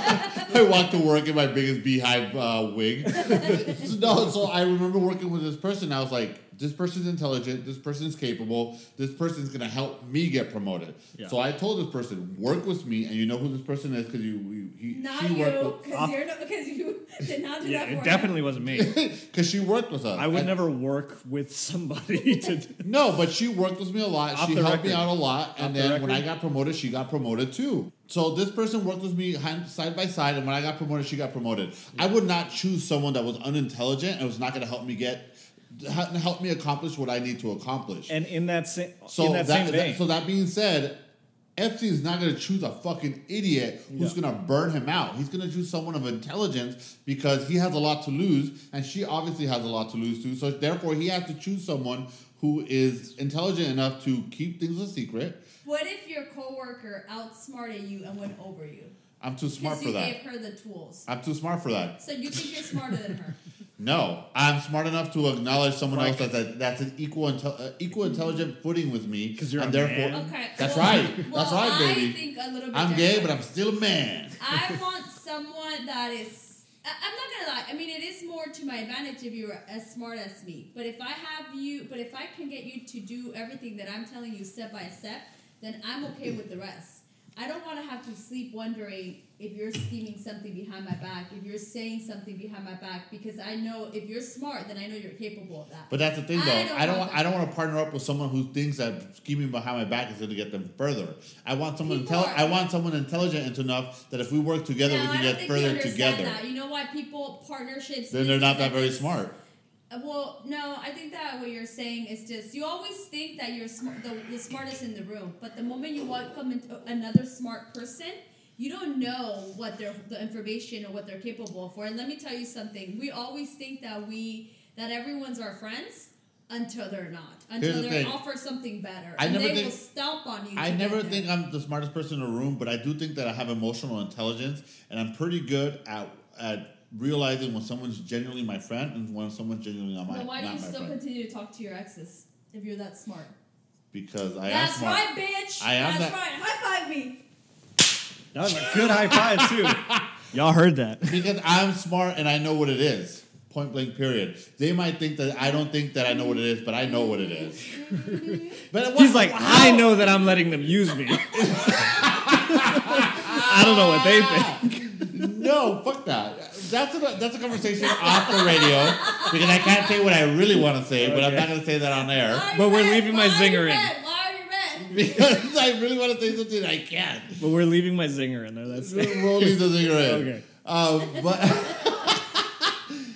Speaker 1: I walked to work in my biggest beehive uh, wig. So, no, so I remember working with this person. I was like, this person's intelligent. This person's capable. This person's gonna help me get promoted.
Speaker 3: Yeah.
Speaker 1: So I told this person, work with me, and you know who this person is because you, you he,
Speaker 2: Not
Speaker 1: she
Speaker 2: you,
Speaker 1: worked
Speaker 2: because you're not because you did not do
Speaker 3: yeah,
Speaker 2: that for
Speaker 3: it
Speaker 2: him.
Speaker 3: definitely wasn't me.
Speaker 1: with because she worked with us.
Speaker 3: I would
Speaker 1: And-
Speaker 3: never work with somebody to.
Speaker 1: No, but she worked with me a lot.
Speaker 3: Off
Speaker 1: she
Speaker 3: the
Speaker 1: helped me
Speaker 3: record.
Speaker 1: out a lot, and
Speaker 3: the
Speaker 1: then when I
Speaker 3: record.
Speaker 1: got promoted, she got promoted too. So this person worked with me hand- side by side, and when I got promoted, she got promoted. I would not choose someone that was unintelligent and was not going to help me get ha- help me accomplish what I need to accomplish.
Speaker 3: And in that same,
Speaker 1: so
Speaker 3: in that, same vein,
Speaker 1: so that being said. Epstein's not going to choose a fucking idiot who's
Speaker 3: Yeah.
Speaker 1: going to burn him out. He's going to choose someone of intelligence because he has a lot to lose, and she obviously has a lot to lose too. So therefore, he has to choose someone who is intelligent enough to keep things a secret.
Speaker 2: What if your coworker outsmarted you and went over you?
Speaker 1: I'm too smart
Speaker 2: Because
Speaker 1: for
Speaker 2: you
Speaker 1: that.
Speaker 2: gave her the tools.
Speaker 1: I'm too smart for that.
Speaker 2: So you think you're smarter than her.
Speaker 1: No, I'm smart enough to acknowledge someone
Speaker 3: Like-
Speaker 1: else that, that that's an equal intel- uh, equal intelligent footing with me.
Speaker 3: 'Cause you're
Speaker 1: and
Speaker 3: a
Speaker 1: therefore,
Speaker 3: man.
Speaker 2: Okay.
Speaker 1: That's
Speaker 2: well,
Speaker 1: right. That's
Speaker 2: well,
Speaker 1: right,
Speaker 2: I
Speaker 1: baby.
Speaker 2: think a little bit
Speaker 1: I'm gay, but
Speaker 2: different.
Speaker 1: I'm still a man.
Speaker 2: I want someone that is. I, I'm not gonna lie. I mean, it is more to my advantage if you're as smart as me. But if I have you, but if I can get you to do everything that I'm telling you step by step, then I'm okay with the rest. I don't want to have to sleep wondering if you're scheming something behind my back, if you're saying something behind my back, because I know if you're smart, then I know you're capable of that.
Speaker 1: But that's the thing,
Speaker 2: I
Speaker 1: though.
Speaker 2: don't
Speaker 1: I don't.
Speaker 2: want
Speaker 1: I don't want to partner up with someone who thinks that scheming behind my back is going to get them further. I want someone.
Speaker 2: People
Speaker 1: Intelli-
Speaker 2: are-
Speaker 1: I want someone intelligent enough that if we work together,
Speaker 2: No,
Speaker 1: we
Speaker 2: I
Speaker 1: can
Speaker 2: don't
Speaker 1: get
Speaker 2: think you
Speaker 1: further
Speaker 2: understand
Speaker 1: together.
Speaker 2: That. You know why people partnerships?
Speaker 1: Then they're not that very
Speaker 2: businesses,
Speaker 1: smart.
Speaker 2: Uh, Well, no, I think that what you're saying is just you always think that you're smart, the, the smartest in the room, but the moment you welcome in- another smart person, you don't know what their the information or what they're capable for. And let me tell you something: we always think that we that everyone's our friends until they're not,
Speaker 1: Here's the
Speaker 2: until they're
Speaker 1: thing.
Speaker 2: offered something better,
Speaker 1: I
Speaker 2: and
Speaker 1: never
Speaker 2: they
Speaker 1: think-
Speaker 2: will stomp on you.
Speaker 1: I
Speaker 2: to get
Speaker 1: never
Speaker 2: there.
Speaker 1: think I'm the smartest person in the room, but I do think that I have emotional intelligence, and I'm pretty good at at realizing when someone's genuinely my friend and when someone's genuinely not my,
Speaker 2: Then why do
Speaker 1: not
Speaker 2: you
Speaker 1: my
Speaker 2: still
Speaker 1: friend.
Speaker 2: continue to talk to your exes if you're that smart?
Speaker 1: because I
Speaker 2: That's
Speaker 1: am smart.
Speaker 2: right, bitch.
Speaker 1: I am
Speaker 2: That's
Speaker 1: that-
Speaker 2: right. High five me.
Speaker 3: that was a good high five too. Y'all heard that?
Speaker 1: Because I'm smart and I know what it is. Point blank. Period. They might think that I don't think that I know what it is, but I know what it is. but what-
Speaker 3: He's like, I
Speaker 1: how-
Speaker 3: know that I'm letting them use me. I don't know what they think.
Speaker 1: No, fuck that. That's a that's a conversation off the radio because I can't say what I really want to say, but I'm
Speaker 3: Okay.
Speaker 1: not going to say that on air
Speaker 2: Why are
Speaker 3: But
Speaker 2: you
Speaker 3: we're
Speaker 2: red?
Speaker 3: leaving my
Speaker 2: Why are you
Speaker 3: zinger in.
Speaker 2: red? Why are you red?
Speaker 1: because I really want to say something and I can't.
Speaker 3: But we're leaving my zinger in there. That's
Speaker 1: Rollies a cigarette.
Speaker 3: Okay.
Speaker 1: Um, but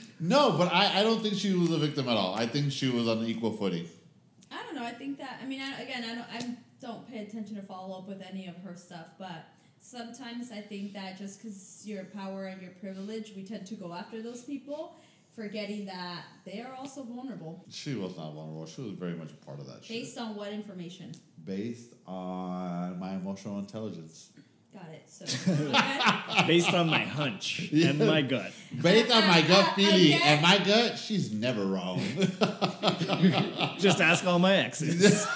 Speaker 1: no, but I, I don't think she was a victim at all. I think she was on equal footing.
Speaker 2: I don't know. I think that. I mean, I, again, I don't. I don't pay attention or follow up with any of her stuff, but sometimes I think that just because your power and your privilege, we tend to go after those people, forgetting that they are also vulnerable
Speaker 1: She was not vulnerable. She was very much a part of that shit.
Speaker 2: based on what information.
Speaker 1: Based on my emotional intelligence.
Speaker 2: Got it. So okay.
Speaker 3: based on my hunch and my gut.
Speaker 1: Based on my gut feeling.
Speaker 2: Okay.
Speaker 1: And my gut, she's never wrong.
Speaker 3: Just ask all my exes.